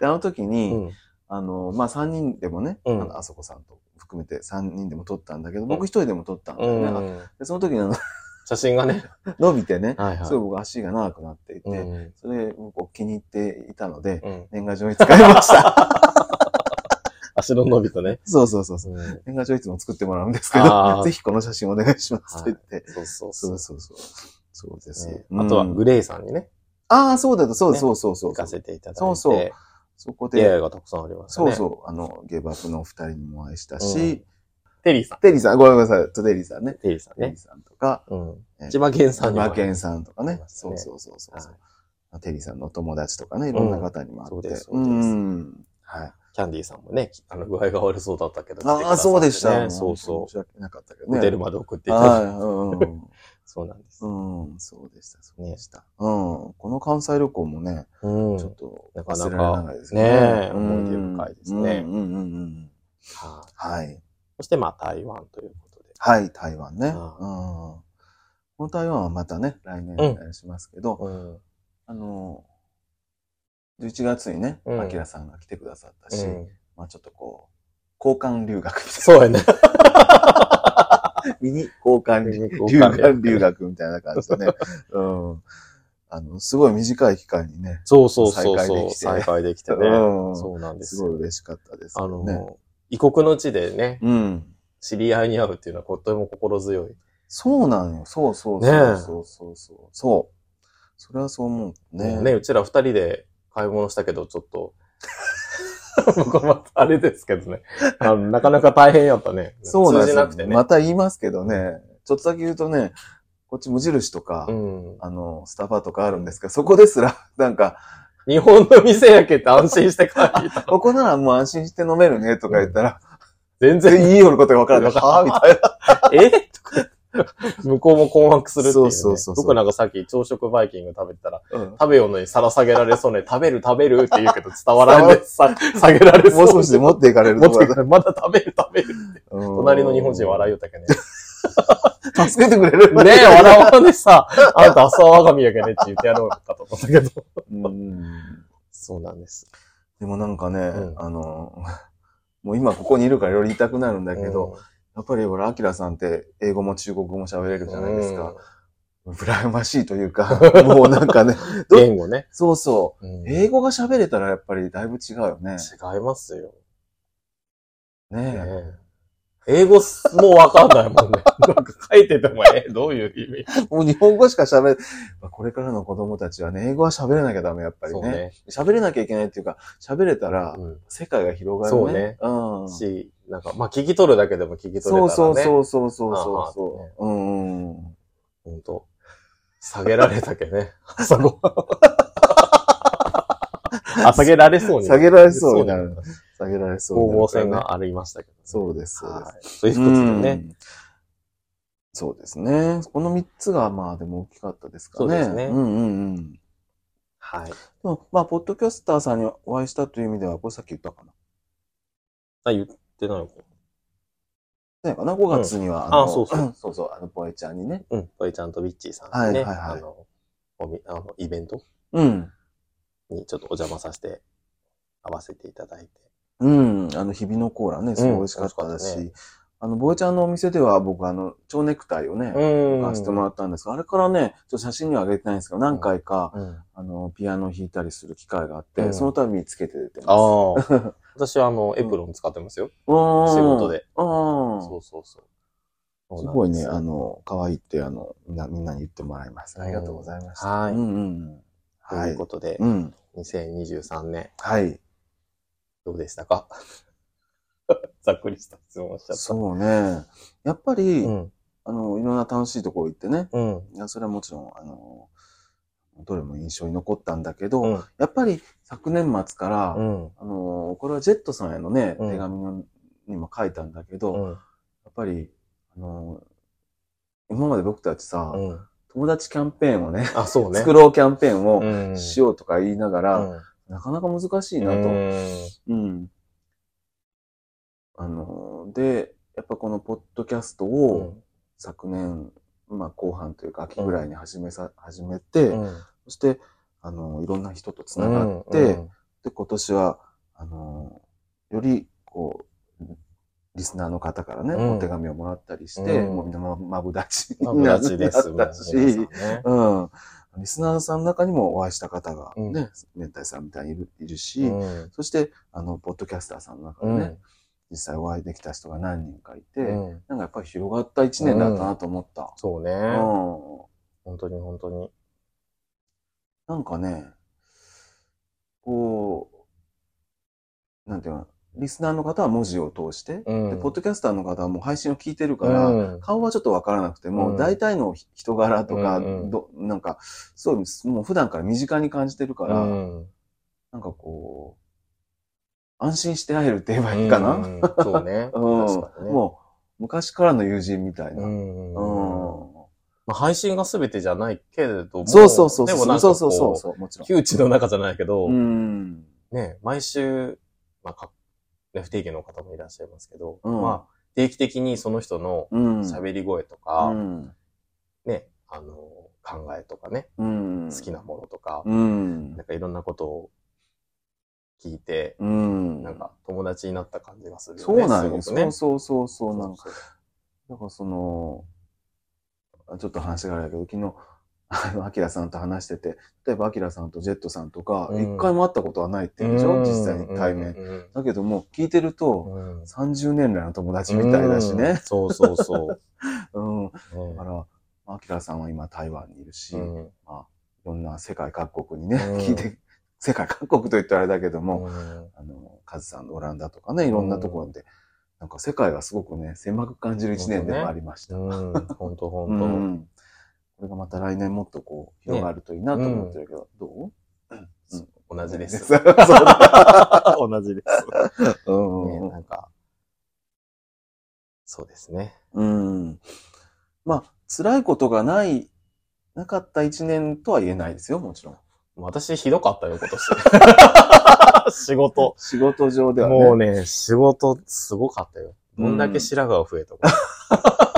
Speaker 1: で、あの時に、
Speaker 2: うん。
Speaker 1: あの、まあ、3人でもね、
Speaker 2: うん
Speaker 1: あの、あそこさんと含めて3人でも撮ったんだけど、僕1人でも撮ったんだよね。
Speaker 2: うん。
Speaker 1: で、その時にあの
Speaker 2: 写真がね。
Speaker 1: 伸びてね、
Speaker 2: はい
Speaker 1: すごい僕足が長くなっていて、
Speaker 2: うん。
Speaker 1: それ僕気に入っていたので、
Speaker 2: うん。
Speaker 1: 年賀状に使いま した。
Speaker 2: 足の伸びとね。
Speaker 1: そうそうそうそう。
Speaker 2: うん
Speaker 1: 年賀状いつも作ってもらうんですけ
Speaker 2: あー
Speaker 1: ど、 ぜひこの写真お願いしますと言って。
Speaker 2: そうそうそ
Speaker 1: そうう。そうそう。そうです。
Speaker 2: ね
Speaker 1: うん
Speaker 2: あとはグレイさんにね、
Speaker 1: ああ、そうだった、そうだ、
Speaker 2: ね
Speaker 1: そうそうそう
Speaker 2: 行
Speaker 1: そ
Speaker 2: か
Speaker 1: う。
Speaker 2: せていただいて。
Speaker 1: そうそうそこ
Speaker 2: 出会い
Speaker 1: で、
Speaker 2: がたくさんありました
Speaker 1: そ
Speaker 2: ね。
Speaker 1: うそう、あの、ゲバップのお二人にもお会いした
Speaker 2: うん
Speaker 1: し、
Speaker 2: テリーさ
Speaker 1: テリーさん、ごめんなさい、とテリーさんね
Speaker 2: ん。。テリーさん
Speaker 1: テリ
Speaker 2: ね
Speaker 1: ー。さんとか、
Speaker 2: う
Speaker 1: え
Speaker 2: ん。
Speaker 1: え
Speaker 2: 千葉県さんにも
Speaker 1: 馬券さんとか
Speaker 2: い
Speaker 1: ね
Speaker 2: ま。す
Speaker 1: そ
Speaker 2: ね
Speaker 1: うそうそうそう
Speaker 2: はい
Speaker 1: そう。テリーさんのお友達とかね、いろんな方にも
Speaker 2: うんそ
Speaker 1: 会
Speaker 2: う
Speaker 1: って。
Speaker 2: ですそ
Speaker 1: う
Speaker 2: うです
Speaker 1: ん。はい。
Speaker 2: キャンディーさんもね、あの、具合が悪そうだったけど、来てく
Speaker 1: ああ、
Speaker 2: ださ
Speaker 1: そう
Speaker 2: ってね
Speaker 1: でした。
Speaker 2: そうそ
Speaker 1: 申し訳なかったけど
Speaker 2: う。
Speaker 1: ね。
Speaker 2: ホテルまで送っていただいて。
Speaker 1: はい、うん
Speaker 2: そうなんです。
Speaker 1: うん。うん、そうでした、そうでした。うん。この関西旅行もね、
Speaker 2: うん
Speaker 1: ちょっと
Speaker 2: なかな
Speaker 1: 忘
Speaker 2: か
Speaker 1: れられないです
Speaker 2: ねえ
Speaker 1: うん
Speaker 2: 思い出深いですね
Speaker 1: うんうんうんうん。
Speaker 2: はい
Speaker 1: はい。
Speaker 2: そして、まあ、台湾ということで。
Speaker 1: はい、台湾ね。うん。
Speaker 2: あ
Speaker 1: この台湾はまたね、来年
Speaker 2: うん
Speaker 1: お願いしますけど、
Speaker 2: うん。
Speaker 1: あの、11月にね、
Speaker 2: うん
Speaker 1: アキラさんが来てくださったし、まあちょっとこう、交換留学みたい
Speaker 2: そうやね。
Speaker 1: な。ミニ交換留
Speaker 2: 交
Speaker 1: 学
Speaker 2: 換留学
Speaker 1: 留学みたいな感じでね。うん。あの、すごい短い期間にね、
Speaker 2: そうそうそうそう。再
Speaker 1: 再
Speaker 2: 開できてね。
Speaker 1: うん
Speaker 2: そうなんですす
Speaker 1: ごい
Speaker 2: よ。
Speaker 1: 嬉しかったです
Speaker 2: あ
Speaker 1: けど
Speaker 2: の
Speaker 1: ね。、
Speaker 2: 異国の地でね、
Speaker 1: うん。
Speaker 2: 知り合いに会うっていうのはとても心強い。
Speaker 1: そうなんよ。そうそうそうそうそうそう。そう。それはそう思うね。
Speaker 2: ね、うちら二人で買い物したけど、ちょっと。 僕はまたあれですけどね。あのなかなか大変やったね。
Speaker 1: そうなんで
Speaker 2: 通じ
Speaker 1: す
Speaker 2: なくてね。
Speaker 1: また言いますけどね。ちょっとだけ言うとね、こっち無印とか、
Speaker 2: うん、
Speaker 1: あの、スタバとかあるんですけど、そこですら、なんか、
Speaker 2: 日本の店やけって安心して買いに行った。
Speaker 1: ここならもう安心して飲めるねとか言ったら、全
Speaker 2: 全然、
Speaker 1: 然言いよることが分からない。はぁみたいな。
Speaker 2: え とか向こうも困惑するっていう、ね。
Speaker 1: そうそうそうそう
Speaker 2: 僕なんかさっき朝食バイキング食べてたら、
Speaker 1: うん
Speaker 2: 食べようのに皿下げられそうね。食べる食べるって言うけど伝わらんで、さ下げられそう
Speaker 1: もう少しで持っていかれる
Speaker 2: 持
Speaker 1: とか
Speaker 2: ってくれまだ食べる食べる。隣の日本人笑
Speaker 1: い
Speaker 2: いよったけね。
Speaker 1: 助けてくれる
Speaker 2: ねえ、笑わんでさ、あんた朝は我が身やけねって言ってやろうかと思ったけど。
Speaker 1: うん
Speaker 2: そうなんです。
Speaker 1: でもなんかね、
Speaker 2: うん
Speaker 1: あの、もう今ここにいるからより言いたくなるんだ
Speaker 2: だ
Speaker 1: けど、、やっぱりほら、アキラさんって英語も中国語も喋れるじゃないですか。羨ましいというか、もうなんか ね、
Speaker 2: うん。
Speaker 1: ど
Speaker 2: 言語ね。
Speaker 1: そうそう。英
Speaker 2: 語
Speaker 1: 語が喋れたらやっぱりだいぶ違うよね。
Speaker 2: 違いますよ。
Speaker 1: ねえ。
Speaker 2: ねえ英語すもうわかんないも んね。なんか書いてても、え、どういう意味
Speaker 1: もう日本語しか喋れ、まあこれからの子供たちはね、英語は喋れなきゃダメ、やっぱり
Speaker 2: そう
Speaker 1: ね。
Speaker 2: ね。
Speaker 1: 喋、れなきゃいけないっていうか、喋れたら
Speaker 2: う
Speaker 1: 世界が広がるね。そうね。うん
Speaker 2: ん。。し、なんか、まあ、聞き取るだけでも聞き取れたら
Speaker 1: そう
Speaker 2: ね。
Speaker 1: そう
Speaker 2: う。
Speaker 1: そうそうそう
Speaker 2: あは
Speaker 1: そ
Speaker 2: は
Speaker 1: うそう。うんうん。
Speaker 2: ほんと。下げられたけ ね。朝ご はん。あ、下げられそうに
Speaker 1: 下
Speaker 2: なる。
Speaker 1: げられそうになる。下げられそうにな
Speaker 2: 攻
Speaker 1: る
Speaker 2: 防
Speaker 1: からね
Speaker 2: 戦。がありましたけど。
Speaker 1: そうです、そうです。
Speaker 2: はい。ということでね。
Speaker 1: うんそうですね。この3つが、まあでも大きかったですかね。
Speaker 2: そうですね
Speaker 1: うんうんうん。で
Speaker 2: はい。
Speaker 1: もまあ、ポッドキャスターさんにお会いしたという意味では、これさっき言ったかな。
Speaker 2: あ、言ってないのか。
Speaker 1: ねかな ?5 月には、
Speaker 2: うん
Speaker 1: の
Speaker 2: あそうそ
Speaker 1: そうそう、あの、ポエちゃんにね。
Speaker 2: うん。ぽいちゃんとビッチーさんのね。
Speaker 1: はいはいはい
Speaker 2: あの、おみ、あの、イベント
Speaker 1: うん。
Speaker 2: にちょっとお邪魔させて、合わせていただいて。
Speaker 1: うん。あの、日々のコーラね、すごい美味しかった
Speaker 2: 美味し
Speaker 1: し、
Speaker 2: かった
Speaker 1: あの、ボエちゃんのお店では、僕、あの、蝶ネクタイをね、
Speaker 2: う
Speaker 1: 買わせてもらったんですが、あれからね、ちょっと写真にはあげてないんですけど、何回か、
Speaker 2: うん。
Speaker 1: あの、ピアノ弾いたりする機会があって、
Speaker 2: うん
Speaker 1: その度につけて出てます。
Speaker 2: ああ。 私はあの、エプロン使ってますよ。仕
Speaker 1: 仕
Speaker 2: 事。で。
Speaker 1: うん。
Speaker 2: そうそうそう。
Speaker 1: すごいね、
Speaker 2: そう
Speaker 1: あ
Speaker 2: なんで
Speaker 1: の、可愛いって、あの、みんな、みんなに言ってもらいます。
Speaker 2: う
Speaker 1: あ
Speaker 2: ん
Speaker 1: りがとうございまし
Speaker 2: す
Speaker 1: た。
Speaker 2: よ。は
Speaker 1: う
Speaker 2: い。
Speaker 1: んうんうん。
Speaker 2: と
Speaker 1: はいいう
Speaker 2: こ。とで、
Speaker 1: うん。
Speaker 2: 2023年、
Speaker 1: はい。
Speaker 2: どうでしたかざっくりした質問をしちゃっ
Speaker 1: そうね。やっぱ
Speaker 2: た。
Speaker 1: り、
Speaker 2: ん。
Speaker 1: あの、いろんな楽しいところ行ってね。
Speaker 2: うん。
Speaker 1: いや、それはもちろん、あの、どれも印象に残ったんだけど、
Speaker 2: うん
Speaker 1: やっぱり昨年末から、
Speaker 2: うん。
Speaker 1: あの、これはジェットさんへのね、
Speaker 2: うん
Speaker 1: 手紙のにも書いたんだけど、や
Speaker 2: うん。
Speaker 1: っぱり、あの、今まで僕たちさ、
Speaker 2: うん。
Speaker 1: 友達キャンペーンをね、
Speaker 2: あ、そうね。
Speaker 1: 作ろうキャンペーンを
Speaker 2: うん。
Speaker 1: しようとか言いながら、
Speaker 2: うん
Speaker 1: なかなか難しいなと。うん。あの、で、やっぱこのポッドキャスト
Speaker 2: うん
Speaker 1: を昨年、まあ後半というか秋ぐらいに始めさ、始めて、
Speaker 2: うん
Speaker 1: そして、あの、いろんな人とつながって、
Speaker 2: うん
Speaker 1: で、今年は、あの、より、こう、リスナーの方からね、
Speaker 2: うん
Speaker 1: お手紙をもらったりして、
Speaker 2: うん
Speaker 1: もうみんなままぶだち
Speaker 2: まあ、
Speaker 1: に
Speaker 2: ブ
Speaker 1: な
Speaker 2: ラ
Speaker 1: っ
Speaker 2: チです。
Speaker 1: たし、
Speaker 2: 皆さんね
Speaker 1: うん。リスナーさんの中にもお会いした方が
Speaker 2: うん
Speaker 1: ね、明太さんみたいにいるいるし、
Speaker 2: うん
Speaker 1: そして、あの、ポッドキャスターさんの中でね、実際お会いできた人が何人かいて、
Speaker 2: うん
Speaker 1: なんかやっぱり広がった一年だったなと思った。
Speaker 2: そうね。
Speaker 1: うん。
Speaker 2: 本当に本当に。
Speaker 1: なんかね、こう、なんていうの、リスナーの方は文字を通して、
Speaker 2: うん
Speaker 1: でポッドキャスターの方はもう配信を聞いてるか
Speaker 2: う
Speaker 1: ら、
Speaker 2: ん
Speaker 1: 顔はちょっとわからなくても、
Speaker 2: うん
Speaker 1: 大体の人柄とか、
Speaker 2: うんうん
Speaker 1: どなんか、そうです。もう普段から身近に感じてるから、
Speaker 2: うん
Speaker 1: なんかこう、安心して会えるって言えばいいかな。
Speaker 2: うんそうね。
Speaker 1: うん。
Speaker 2: 確かにね
Speaker 1: もう、昔からの友人みたいな。
Speaker 2: う
Speaker 1: うん。
Speaker 2: んまあ配信が全てじゃないけれども。
Speaker 1: そうそうそう
Speaker 2: で
Speaker 1: そ
Speaker 2: も
Speaker 1: う。
Speaker 2: なんか
Speaker 1: そ
Speaker 2: こ
Speaker 1: うそうそうそう。もちろん。
Speaker 2: 窮地の中じゃないけど
Speaker 1: う、ん。
Speaker 2: ね、毎週、まあか、ね不定期の方もいらっしゃいますけど、
Speaker 1: うん
Speaker 2: まあ、定期的にその人の
Speaker 1: うん。
Speaker 2: 喋り声と
Speaker 1: う
Speaker 2: か、
Speaker 1: ん。
Speaker 2: ね、あの、考えとかね、
Speaker 1: うん。
Speaker 2: 好きなものとか、
Speaker 1: うん
Speaker 2: なん。かいろんなことを聞いて、
Speaker 1: うん。
Speaker 2: なんか友達になった感じがするよね。
Speaker 1: そうなんよ。
Speaker 2: すごく
Speaker 1: そ
Speaker 2: ね
Speaker 1: う。そうそうそう。なんか、だからその、あちょっと話があれだけど、昨日、あの、アキラさんと話してて、例えばアキラさんとジェットさんとか、
Speaker 2: うん
Speaker 1: 一回も会ったことはないって言うんでしょ、
Speaker 2: うん
Speaker 1: 実際に対面。
Speaker 2: うん
Speaker 1: だけども、聞いてると、
Speaker 2: うん
Speaker 1: 30年来の友達みたいだし
Speaker 2: うん
Speaker 1: ね。
Speaker 2: そうそう そう。
Speaker 1: うん。だ
Speaker 2: うん
Speaker 1: から、アキラさんは今台湾にいるし、
Speaker 2: う
Speaker 1: い
Speaker 2: ん
Speaker 1: ろんな世界各国にね、
Speaker 2: うん
Speaker 1: 聞いて、世界各国と言ったらあれだけども、
Speaker 2: うん
Speaker 1: あの、カズさんのオランダとかね、いろんなところで、なんか世界がすごくね、狭く感じる一年でもありました。
Speaker 2: うん、本当
Speaker 1: う
Speaker 2: 本
Speaker 1: ん。これがまた来年もっとこう、広がるといいなと思ってるけど、どう
Speaker 2: 当。同じです。
Speaker 1: そうだ。
Speaker 2: 同じです。
Speaker 1: う
Speaker 2: ね、
Speaker 1: ん
Speaker 2: なんか、そうですね。
Speaker 1: うん。まあ、辛いことがない、なかった一年とは言えないですよ、もちろん。
Speaker 2: 私ひどかったよ、今年。 仕事。
Speaker 1: 仕事上ではね。
Speaker 2: もうね、仕事すごかったよ。どんだけ白髪が増え たか。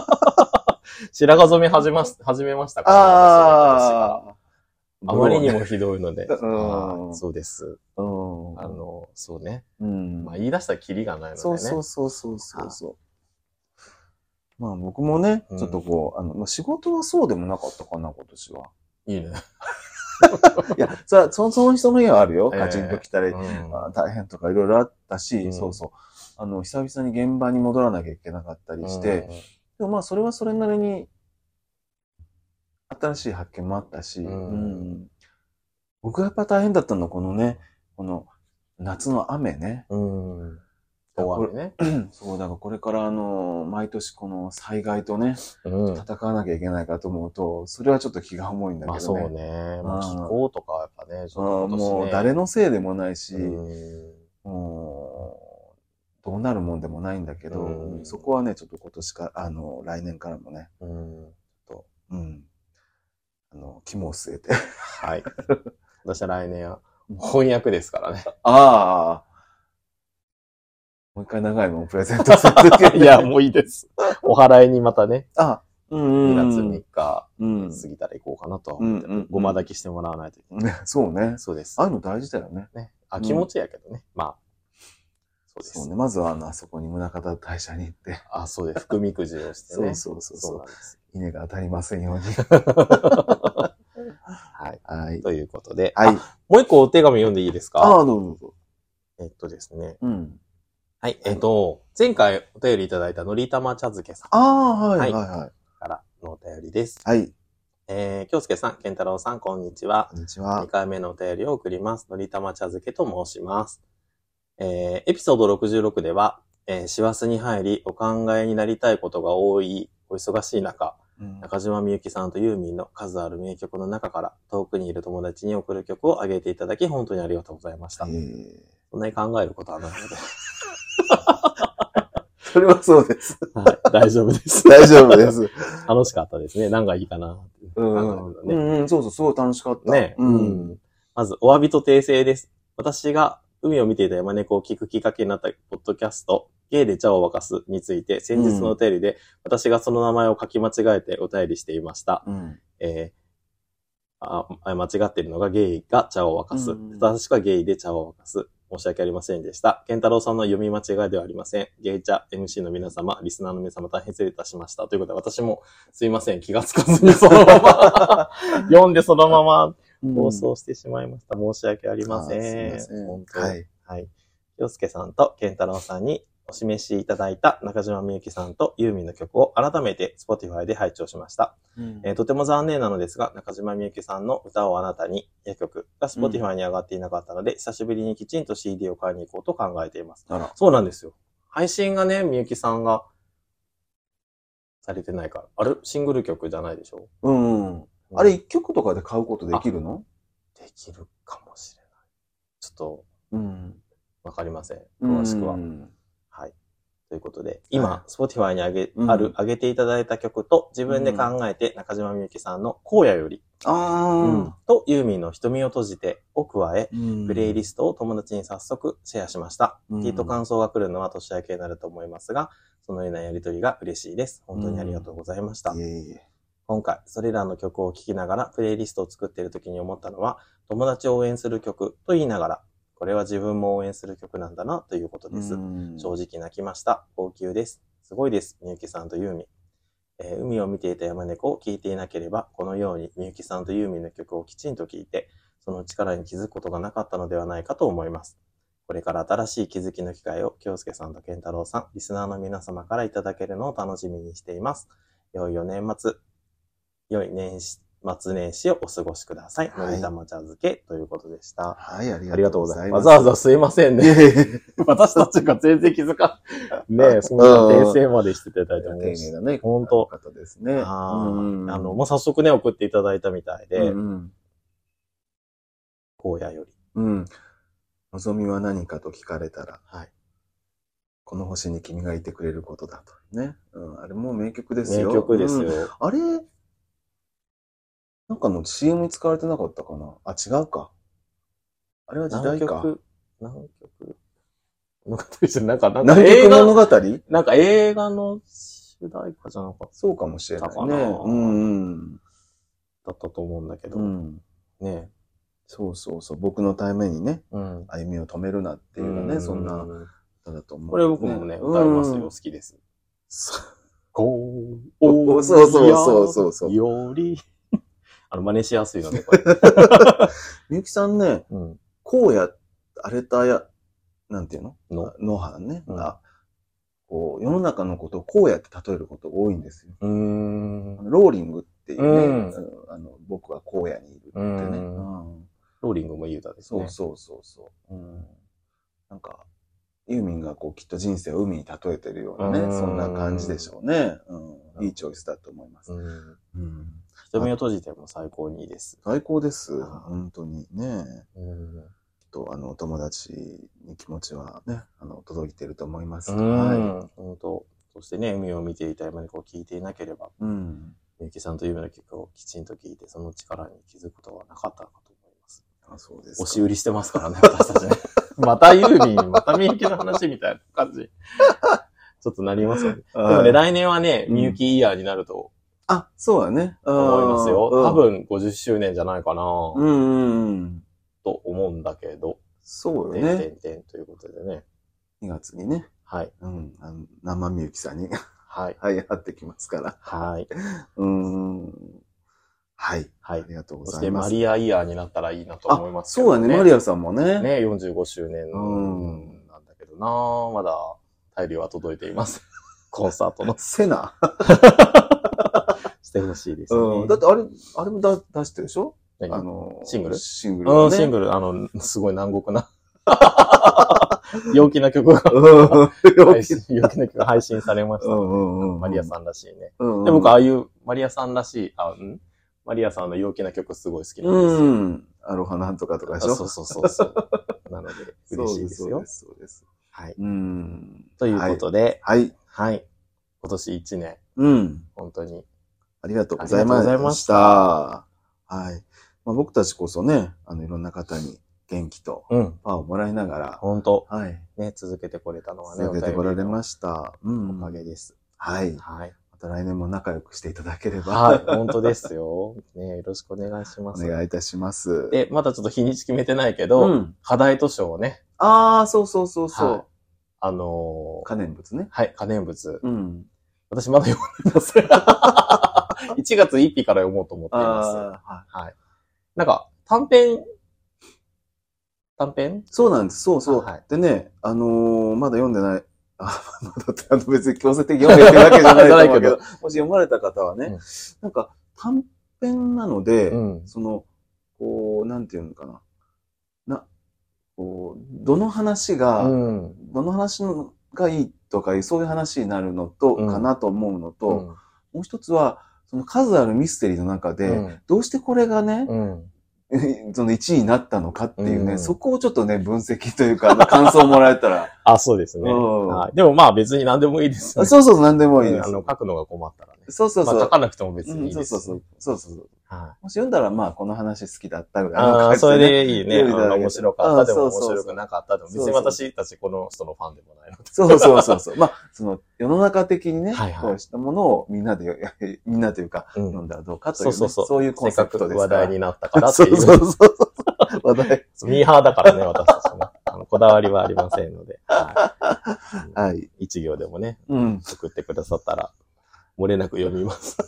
Speaker 2: 白髪染め始まし、始めましたから、
Speaker 1: ああ。
Speaker 2: 私があまりにもひどいので。
Speaker 1: うん
Speaker 2: はいそうです。
Speaker 1: うん。
Speaker 2: あ、の、そうね。
Speaker 1: うん。
Speaker 2: まあ言い出したらキリがないのでね。
Speaker 1: そうそうそうそうそうそう。まあ僕もね、
Speaker 2: うん
Speaker 1: ちょっとこう、あの、まあ仕事はそうでもなかったかな、今年は。
Speaker 2: いいね。
Speaker 1: いや、それはそのその人の家はあるよ。
Speaker 2: ええ
Speaker 1: カチンと来たり、
Speaker 2: うん
Speaker 1: あ大変とかいろいろあったし、
Speaker 2: うん
Speaker 1: そうそう。あの、久々に現場に戻らなきゃいけなかったりして、でもまあそれはそれなりに新しい発見もあったし、
Speaker 2: うん
Speaker 1: うん僕がやっぱ大変だったのはこのね、この夏の雨ね。
Speaker 2: うん、うん。終わりね。
Speaker 1: そう、だからこれからあの、毎年この災害とね、
Speaker 2: うん。
Speaker 1: 戦わなきゃいけないかと思うと、それはちょっと気が重いんだけどね。
Speaker 2: まあそうね。まあ
Speaker 1: うん
Speaker 2: 気候とかはやっぱね、ち
Speaker 1: う
Speaker 2: ょっ
Speaker 1: ん
Speaker 2: と今年ね
Speaker 1: もう誰のせいでもないし、
Speaker 2: うん
Speaker 1: もう、どうなるもんでもないんだけど、
Speaker 2: うん
Speaker 1: そこはね、ちょっと今年か、あの、来年からもね、
Speaker 2: うん。
Speaker 1: うん。あの、肝を据えて。
Speaker 2: はい。私は来年は翻訳ですからね。
Speaker 1: ああ。もう一回長いもんプレゼントす るとき
Speaker 2: いや、もういいです。お祓いにまたね、
Speaker 1: あ、うん
Speaker 2: 2
Speaker 1: うん。
Speaker 2: 月3日
Speaker 1: うん。
Speaker 2: 過ぎたら行こうかなとは
Speaker 1: う
Speaker 2: 思
Speaker 1: ん
Speaker 2: って、
Speaker 1: うん。
Speaker 2: ごま。炊きしてもらわないといけない。
Speaker 1: そうね。
Speaker 2: そうです
Speaker 1: ああ。いうの大事だよね。
Speaker 2: ね、あ気持ちやけどね。まあ。そうです。
Speaker 1: そうね。まずは、あの、あそこに宗像大社に行って、
Speaker 2: あ、そうです。福みくじをして
Speaker 1: そう
Speaker 2: ね。
Speaker 1: そうそう
Speaker 2: そ
Speaker 1: そ
Speaker 2: うなんです。
Speaker 1: う。稲が当たりませんよう に。
Speaker 2: はい。
Speaker 1: はい。
Speaker 2: ということで、
Speaker 1: はい
Speaker 2: あ。もう一個お手紙読んでいいです
Speaker 1: あ
Speaker 2: か
Speaker 1: あ、どうぞどうぞ。
Speaker 2: えっとですね。
Speaker 1: うん。
Speaker 2: はい。えっと、前回お便りいただいたのりたま茶漬けさん
Speaker 1: ああ、はい、は、
Speaker 2: はいい
Speaker 1: はい。
Speaker 2: からのお便りです。
Speaker 1: はい、
Speaker 2: えー、京介さん、健太郎さん、こんにちは。
Speaker 1: こんにち
Speaker 2: 2
Speaker 1: は。
Speaker 2: 回目のお便りを送ります。のりたま茶漬けと申します。えーエピソード66では、えー、師走に入り、お考えになりたいことが多い、お忙しい中、
Speaker 1: うん
Speaker 2: 中島みゆきさんとユーミンの数ある名曲の中から、遠くにいる友達に送る曲を挙げていただき、本当にありがとうございました。
Speaker 1: ええ
Speaker 2: そんなに考えることはないので、
Speaker 1: それはそうです。
Speaker 2: はい、大丈夫で す。
Speaker 1: 大丈夫 です。
Speaker 2: 楽しかったですね。何がいいかな。
Speaker 1: うん。
Speaker 2: ね
Speaker 1: うんうん、そうそう、すごい楽しかった。
Speaker 2: ね、
Speaker 1: うん。
Speaker 2: まず、お詫びと訂正です。私が海を見ていた山猫を聞くきっかけになったポッドキャスト、ゲイで茶を沸かすについて、先日のお便りで、私がその名前を書き間違えてお便りしていました。
Speaker 1: うん。
Speaker 2: えーああ間違っているのがゲイが茶を沸かす。
Speaker 1: うん
Speaker 2: 正しくはゲイで茶を沸かす。申し訳ありませんでした。健太郎さんの読み間違いではありません。ゲイ茶、MC の皆様、リスナーの皆様、大変失礼いたしました。ということで、私もすいません。気がつかずにそのま ま、読んでそのまま放送してしまいました。申し訳ありません。
Speaker 1: あすいま
Speaker 2: 本当
Speaker 1: せん。はい。
Speaker 2: はい。洋介さんと健太郎さんにお示しいただいた中島みゆきさんとユーミンの曲を改めて Spotify で拝聴しました、えーとても残念なのですが、中島みゆきさんの歌をあなたに、や曲が Spotify に上がっていなかったので、久しぶりにきちんと CD を買いに行こうと考えています。
Speaker 1: あら。
Speaker 2: そうなんですよ。配信がね、みゆきさんがされてないから。あれシングル曲じゃないでしょ
Speaker 1: うんうん。あれ一曲とかで買うことできるの
Speaker 2: できるかもしれない。ちょっと、
Speaker 1: うん。
Speaker 2: わかりません。詳しくは。
Speaker 1: うん
Speaker 2: はい。ということで、今、
Speaker 1: は
Speaker 2: Spotify にあげ、
Speaker 1: うん
Speaker 2: ある、上げていただいた曲と、自分で考えて、中島みゆきさんの、荒野より、
Speaker 1: あ
Speaker 2: と、ユーミンの瞳を閉じて、を加え、
Speaker 1: あ。うん
Speaker 2: プレイリストを友達に早速シェアしました。
Speaker 1: うん
Speaker 2: きっと感想が来るのは年明けになると思いますが、そのようなやりとりが嬉しいです。本当にありがとうございました。
Speaker 1: いえいえ。
Speaker 2: 今回、それらの曲を聴きながらプレイリストを作っている時に思ったのは、友達を応援する曲と言いながら、これは自分も応援する曲なんだなということです。
Speaker 1: うん
Speaker 2: 正直泣きました。号泣です。すごいです。みゆきさんとユーミン。えー海を見ていた山猫を聴いていなければ、このようにみゆきさんとユーミンの曲をきちんと聴いて、その力に気づくことがなかったのではないかと思います。これから新しい気づきの機会を、京介さんと健太郎さん、リスナーの皆様からいただけるのを楽しみにしています。良いお年末、良い年始、末年始をお過ごしください。
Speaker 1: はい
Speaker 2: のり玉茶漬けということでした。
Speaker 1: はい、あり
Speaker 2: あり
Speaker 1: が
Speaker 2: が
Speaker 1: と
Speaker 2: と
Speaker 1: うご
Speaker 2: うご
Speaker 1: ざ
Speaker 2: ざ
Speaker 1: い
Speaker 2: い
Speaker 1: ま。
Speaker 2: ますす。わざわざすいませんね。
Speaker 1: いえいえ
Speaker 2: 私たちが全然気づかん。ねえ、そんな訂正までしていただいて
Speaker 1: 丁
Speaker 2: も
Speaker 1: 寧なね、
Speaker 2: 本当
Speaker 1: 方ですね。
Speaker 2: あ
Speaker 1: うん
Speaker 2: ーあの、もう早速ね、送っていただいたみたいで、
Speaker 1: うん
Speaker 2: 荒野より。
Speaker 1: うん、うん。望みは何かと聞かれたら、
Speaker 2: はい。
Speaker 1: この星に君がいてくれることだと。ね。うん、あれもう名曲です
Speaker 2: 名
Speaker 1: よ。
Speaker 2: 曲です
Speaker 1: うん
Speaker 2: よ。
Speaker 1: あれ、なんかの CM に使われてなかったかなあ、違うか。あれは時
Speaker 2: 何
Speaker 1: 代か。
Speaker 2: 曲何曲物語じゃなん か、なんか
Speaker 1: 南
Speaker 2: 映
Speaker 1: 極
Speaker 2: 画
Speaker 1: 物、語
Speaker 2: なんか映画の主題歌じゃなかっ
Speaker 1: そうかもしれないね。
Speaker 2: だから
Speaker 1: うんうん。
Speaker 2: ただったと思うんだけど、
Speaker 1: うん。
Speaker 2: ね
Speaker 1: そうそうそう。僕のためにね、
Speaker 2: うん。っ
Speaker 1: 歩みを止めるなっていうね、そんな。歌だと思う。
Speaker 2: これ僕もね、
Speaker 1: うん
Speaker 2: 歌いますよ、好。きです。こう
Speaker 1: そうそうそうそうそう
Speaker 2: より、 あの、真似しやすいので、これ。
Speaker 1: みゆきさんね、
Speaker 2: うん。
Speaker 1: こうや、荒れたや、なんていうの
Speaker 2: の。
Speaker 1: 野原ね、
Speaker 2: うん
Speaker 1: が、こう、世の中のことをこうやって例えることが多いんですよ。
Speaker 2: うーん
Speaker 1: あ。のローリングっていうね、
Speaker 2: う
Speaker 1: う
Speaker 2: ん
Speaker 1: んあの僕は荒野にいるってね。
Speaker 2: うん
Speaker 1: うん
Speaker 2: ローリングもいい歌です
Speaker 1: そ
Speaker 2: ね
Speaker 1: う。そうそうそう、うん。なんか、ユーミンがこうきっと人生を海に例えてるようなね、
Speaker 2: うん
Speaker 1: そんな感じでしょうね、うん。いいチョイスだと思います。
Speaker 2: うん。
Speaker 1: うん
Speaker 2: 瞳を閉じても最高にいいです。
Speaker 1: 最高です。
Speaker 2: あ
Speaker 1: 本当にね。
Speaker 2: うん。
Speaker 1: と、あの、お友達に気持ちはね、あの、届いてると思います。い。
Speaker 2: 本当。そしてね、海を見ていた山猫を聞いていなければ、
Speaker 1: うん。
Speaker 2: みゆきさんと夢の曲をきちんと聞いて、その力に気づくことはなかったかと思います。
Speaker 1: あそうですか。
Speaker 2: 押し売りしてますからね、 私 たちね。またユーミン、またみゆきの話みたいな感じ。 ちょっとなりますよね。でも
Speaker 1: は
Speaker 2: ね、
Speaker 1: い
Speaker 2: 来年はね、
Speaker 1: うん
Speaker 2: みゆきイヤーになると
Speaker 1: あ、そうだね。
Speaker 2: 思いますよ。
Speaker 1: うん
Speaker 2: 多。分50周年じゃないかな
Speaker 1: うんうんうん。
Speaker 2: と思うんだけど、
Speaker 1: そう
Speaker 2: て
Speaker 1: よ
Speaker 2: んて
Speaker 1: ね。
Speaker 2: んてんということでね。
Speaker 1: 2月にね。
Speaker 2: はい。
Speaker 1: うん。あの生みゆきさんに、
Speaker 2: はい。
Speaker 1: はい、会ってきますから。
Speaker 2: はい。
Speaker 1: うん。はい。
Speaker 2: は
Speaker 1: あ
Speaker 2: い。
Speaker 1: りがとうご
Speaker 2: そし
Speaker 1: ざ
Speaker 2: て
Speaker 1: いま
Speaker 2: マ
Speaker 1: す。
Speaker 2: リアイヤーになったらいいなと思いますけ
Speaker 1: そう
Speaker 2: ど
Speaker 1: だね。マリアさんもね。
Speaker 2: ね、45周年
Speaker 1: うん
Speaker 2: なんだけどなまだ大量は届いて います。コンサートの。
Speaker 1: セナ。
Speaker 2: してほしいですね。
Speaker 1: うん。だってあれ、あれもだ出してるでしょ
Speaker 2: 何
Speaker 1: あの、
Speaker 2: シングル
Speaker 1: シングル
Speaker 2: う
Speaker 1: を
Speaker 2: ん、
Speaker 1: ね。
Speaker 2: シングル、あの、すごい南国な。陽気な曲が
Speaker 1: うん
Speaker 2: 配信、陽気な曲が配信されまし
Speaker 1: う
Speaker 2: た。
Speaker 1: んうんうん。
Speaker 2: マリアさんらしいね。
Speaker 1: うんうん。
Speaker 2: で、僕、ああいうマリアさんらしい、あ、んマリアさんの陽気な曲すごい好きなんですよ。
Speaker 1: うん。アロハなんとかとか
Speaker 2: あ
Speaker 1: でしょ
Speaker 2: そうそうそう そう。なので、嬉しいです
Speaker 1: そう
Speaker 2: よ
Speaker 1: で。す、そうです。
Speaker 2: はい。
Speaker 1: うん。
Speaker 2: ということで、
Speaker 1: はい。
Speaker 2: はい。今年1年、
Speaker 1: うん。
Speaker 2: 本当に
Speaker 1: ありがとうござい
Speaker 2: ありがとうござ
Speaker 1: ま
Speaker 2: いま
Speaker 1: し。
Speaker 2: したた
Speaker 1: はい。まあ、僕たちこそね、あの、いろんな方に元気と
Speaker 2: うん。
Speaker 1: パワーをもらいながら、
Speaker 2: 本当
Speaker 1: はい。
Speaker 2: ね、続けてこれたのはね、
Speaker 1: 続けてこられ
Speaker 2: お便
Speaker 1: ました。う
Speaker 2: りの
Speaker 1: ん。
Speaker 2: おかげです。
Speaker 1: はい。
Speaker 2: はい。
Speaker 1: また来年も仲良くしていただければ、
Speaker 2: はい、本当ですよ。ね、よろしくお願いし
Speaker 1: お
Speaker 2: ます。
Speaker 1: 願いいたします。
Speaker 2: で、まだちょっと日にち決めてないけど、
Speaker 1: うん。
Speaker 2: 課題図書をね、
Speaker 1: ああ、そうそうそうそ
Speaker 2: は
Speaker 1: う
Speaker 2: い。あのー
Speaker 1: 可燃物ね。
Speaker 2: はい、可燃物。
Speaker 1: うん。
Speaker 2: 私まだ読んでま せん。1月1日から読もうと思っていま
Speaker 1: あー、はい。
Speaker 2: す。はい。なんか、短編、短編
Speaker 1: そうなんです。そうそう。
Speaker 2: あはい
Speaker 1: でね、あのーまだ読んでない。 あ、まだって、あの別に強制的に読んでるわけじゃないと思うけ
Speaker 2: じゃ
Speaker 1: ど、もし読まれた方はね、
Speaker 2: うん
Speaker 1: なんか短編なので、
Speaker 2: うん。
Speaker 1: その、こう、なんていうのかな。な、こう、どの話が、
Speaker 2: うん。
Speaker 1: どの話のがいいとかいう、そういう話になるのと、
Speaker 2: うん
Speaker 1: かなと思うのと、
Speaker 2: うん
Speaker 1: もう一つは、その数あるミステリーの中で、
Speaker 2: うん
Speaker 1: どうしてこれがね、
Speaker 2: うん。
Speaker 1: その1位になったのかっていうね、
Speaker 2: うん
Speaker 1: そこをちょっとね、分析というか、あの感想もらえた ら。
Speaker 2: あ、そうです
Speaker 1: う
Speaker 2: ね。
Speaker 1: んあ
Speaker 2: はい。でもまあ別に何でもいいです、
Speaker 1: そうそうそう、なんでもいいで
Speaker 2: あ
Speaker 1: す。
Speaker 2: の、書くのが困ったらね。
Speaker 1: そうそうそう。
Speaker 2: まあ書かなくても別
Speaker 1: う
Speaker 2: にい
Speaker 1: ん
Speaker 2: い
Speaker 1: そう
Speaker 2: です。
Speaker 1: そうそう。そうそうそう。
Speaker 2: はい。
Speaker 1: もし読んだら、まあ、この話好きだったぐらいの
Speaker 2: あ
Speaker 1: 感
Speaker 2: あ、
Speaker 1: じ
Speaker 2: そ
Speaker 1: で、
Speaker 2: れ
Speaker 1: ね。
Speaker 2: でいいね。
Speaker 1: 読んでいただけた
Speaker 2: 面白かったで
Speaker 1: う
Speaker 2: も
Speaker 1: んそう
Speaker 2: 面
Speaker 1: そうそう
Speaker 2: 白くなかったでも、別
Speaker 1: そう
Speaker 2: に
Speaker 1: そう
Speaker 2: 私たちこの人のファンでもないので。
Speaker 1: そうそうそうそう。まあ、その、世の中的にね、
Speaker 2: はいはい
Speaker 1: こうしたものをみんなでよ、みんなというか、
Speaker 2: うん
Speaker 1: 読んだらどうかという、ね、
Speaker 2: そうそうそう。
Speaker 1: そういうコンセプトです
Speaker 2: せ
Speaker 1: か。
Speaker 2: っからく話題になったからって
Speaker 1: そ
Speaker 2: いうう。
Speaker 1: そうそうそう。話題。
Speaker 2: ミーハーだからね、私たちね。あのこだわりはありませんので。は
Speaker 1: はい。
Speaker 2: い一行でもね、
Speaker 1: うん。
Speaker 2: 送ってくださったら、漏れなく読み ます。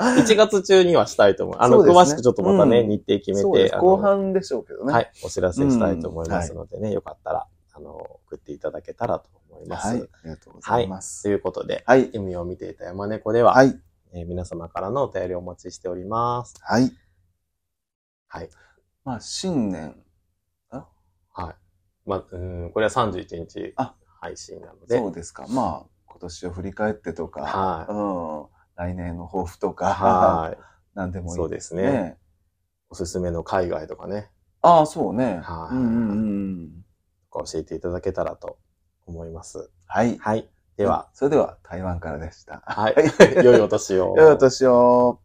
Speaker 2: 1月中にはしたいと思う。あの、
Speaker 1: そうですね
Speaker 2: 詳しくちょっとまたね、
Speaker 1: うん
Speaker 2: 日程決め
Speaker 1: そうで
Speaker 2: て、
Speaker 1: す。
Speaker 2: あの
Speaker 1: 後半でしょうけどね。
Speaker 2: はい、お知らせしたいと思いますのでね、よかったら、あの、送っていただけたらと思います。
Speaker 1: はい。ありがとうございます
Speaker 2: と。いうことで、
Speaker 1: はい。
Speaker 2: 海を見ていた山猫では、
Speaker 1: はい。
Speaker 2: えー皆様からのお便りをお待ちしております。
Speaker 1: はい。
Speaker 2: はい。
Speaker 1: まあ、新年。
Speaker 2: はい。まあ、うん、これは31日
Speaker 1: あ
Speaker 2: 配信なので、
Speaker 1: そうですか。まあ、今年を振り返ってとか、
Speaker 2: は
Speaker 1: うん。来年の抱負と
Speaker 2: い。
Speaker 1: か、
Speaker 2: はい。
Speaker 1: 何でもいい。
Speaker 2: そうですねおすすめの海外とかね、
Speaker 1: ああ、そうね。
Speaker 2: はい
Speaker 1: うんうんうん。
Speaker 2: 教えていただけたらと思います。
Speaker 1: はい。
Speaker 2: はい。では、
Speaker 1: それでは、台湾からでした。
Speaker 2: はい
Speaker 1: は。
Speaker 2: 良いお年を。
Speaker 1: 良いお年を。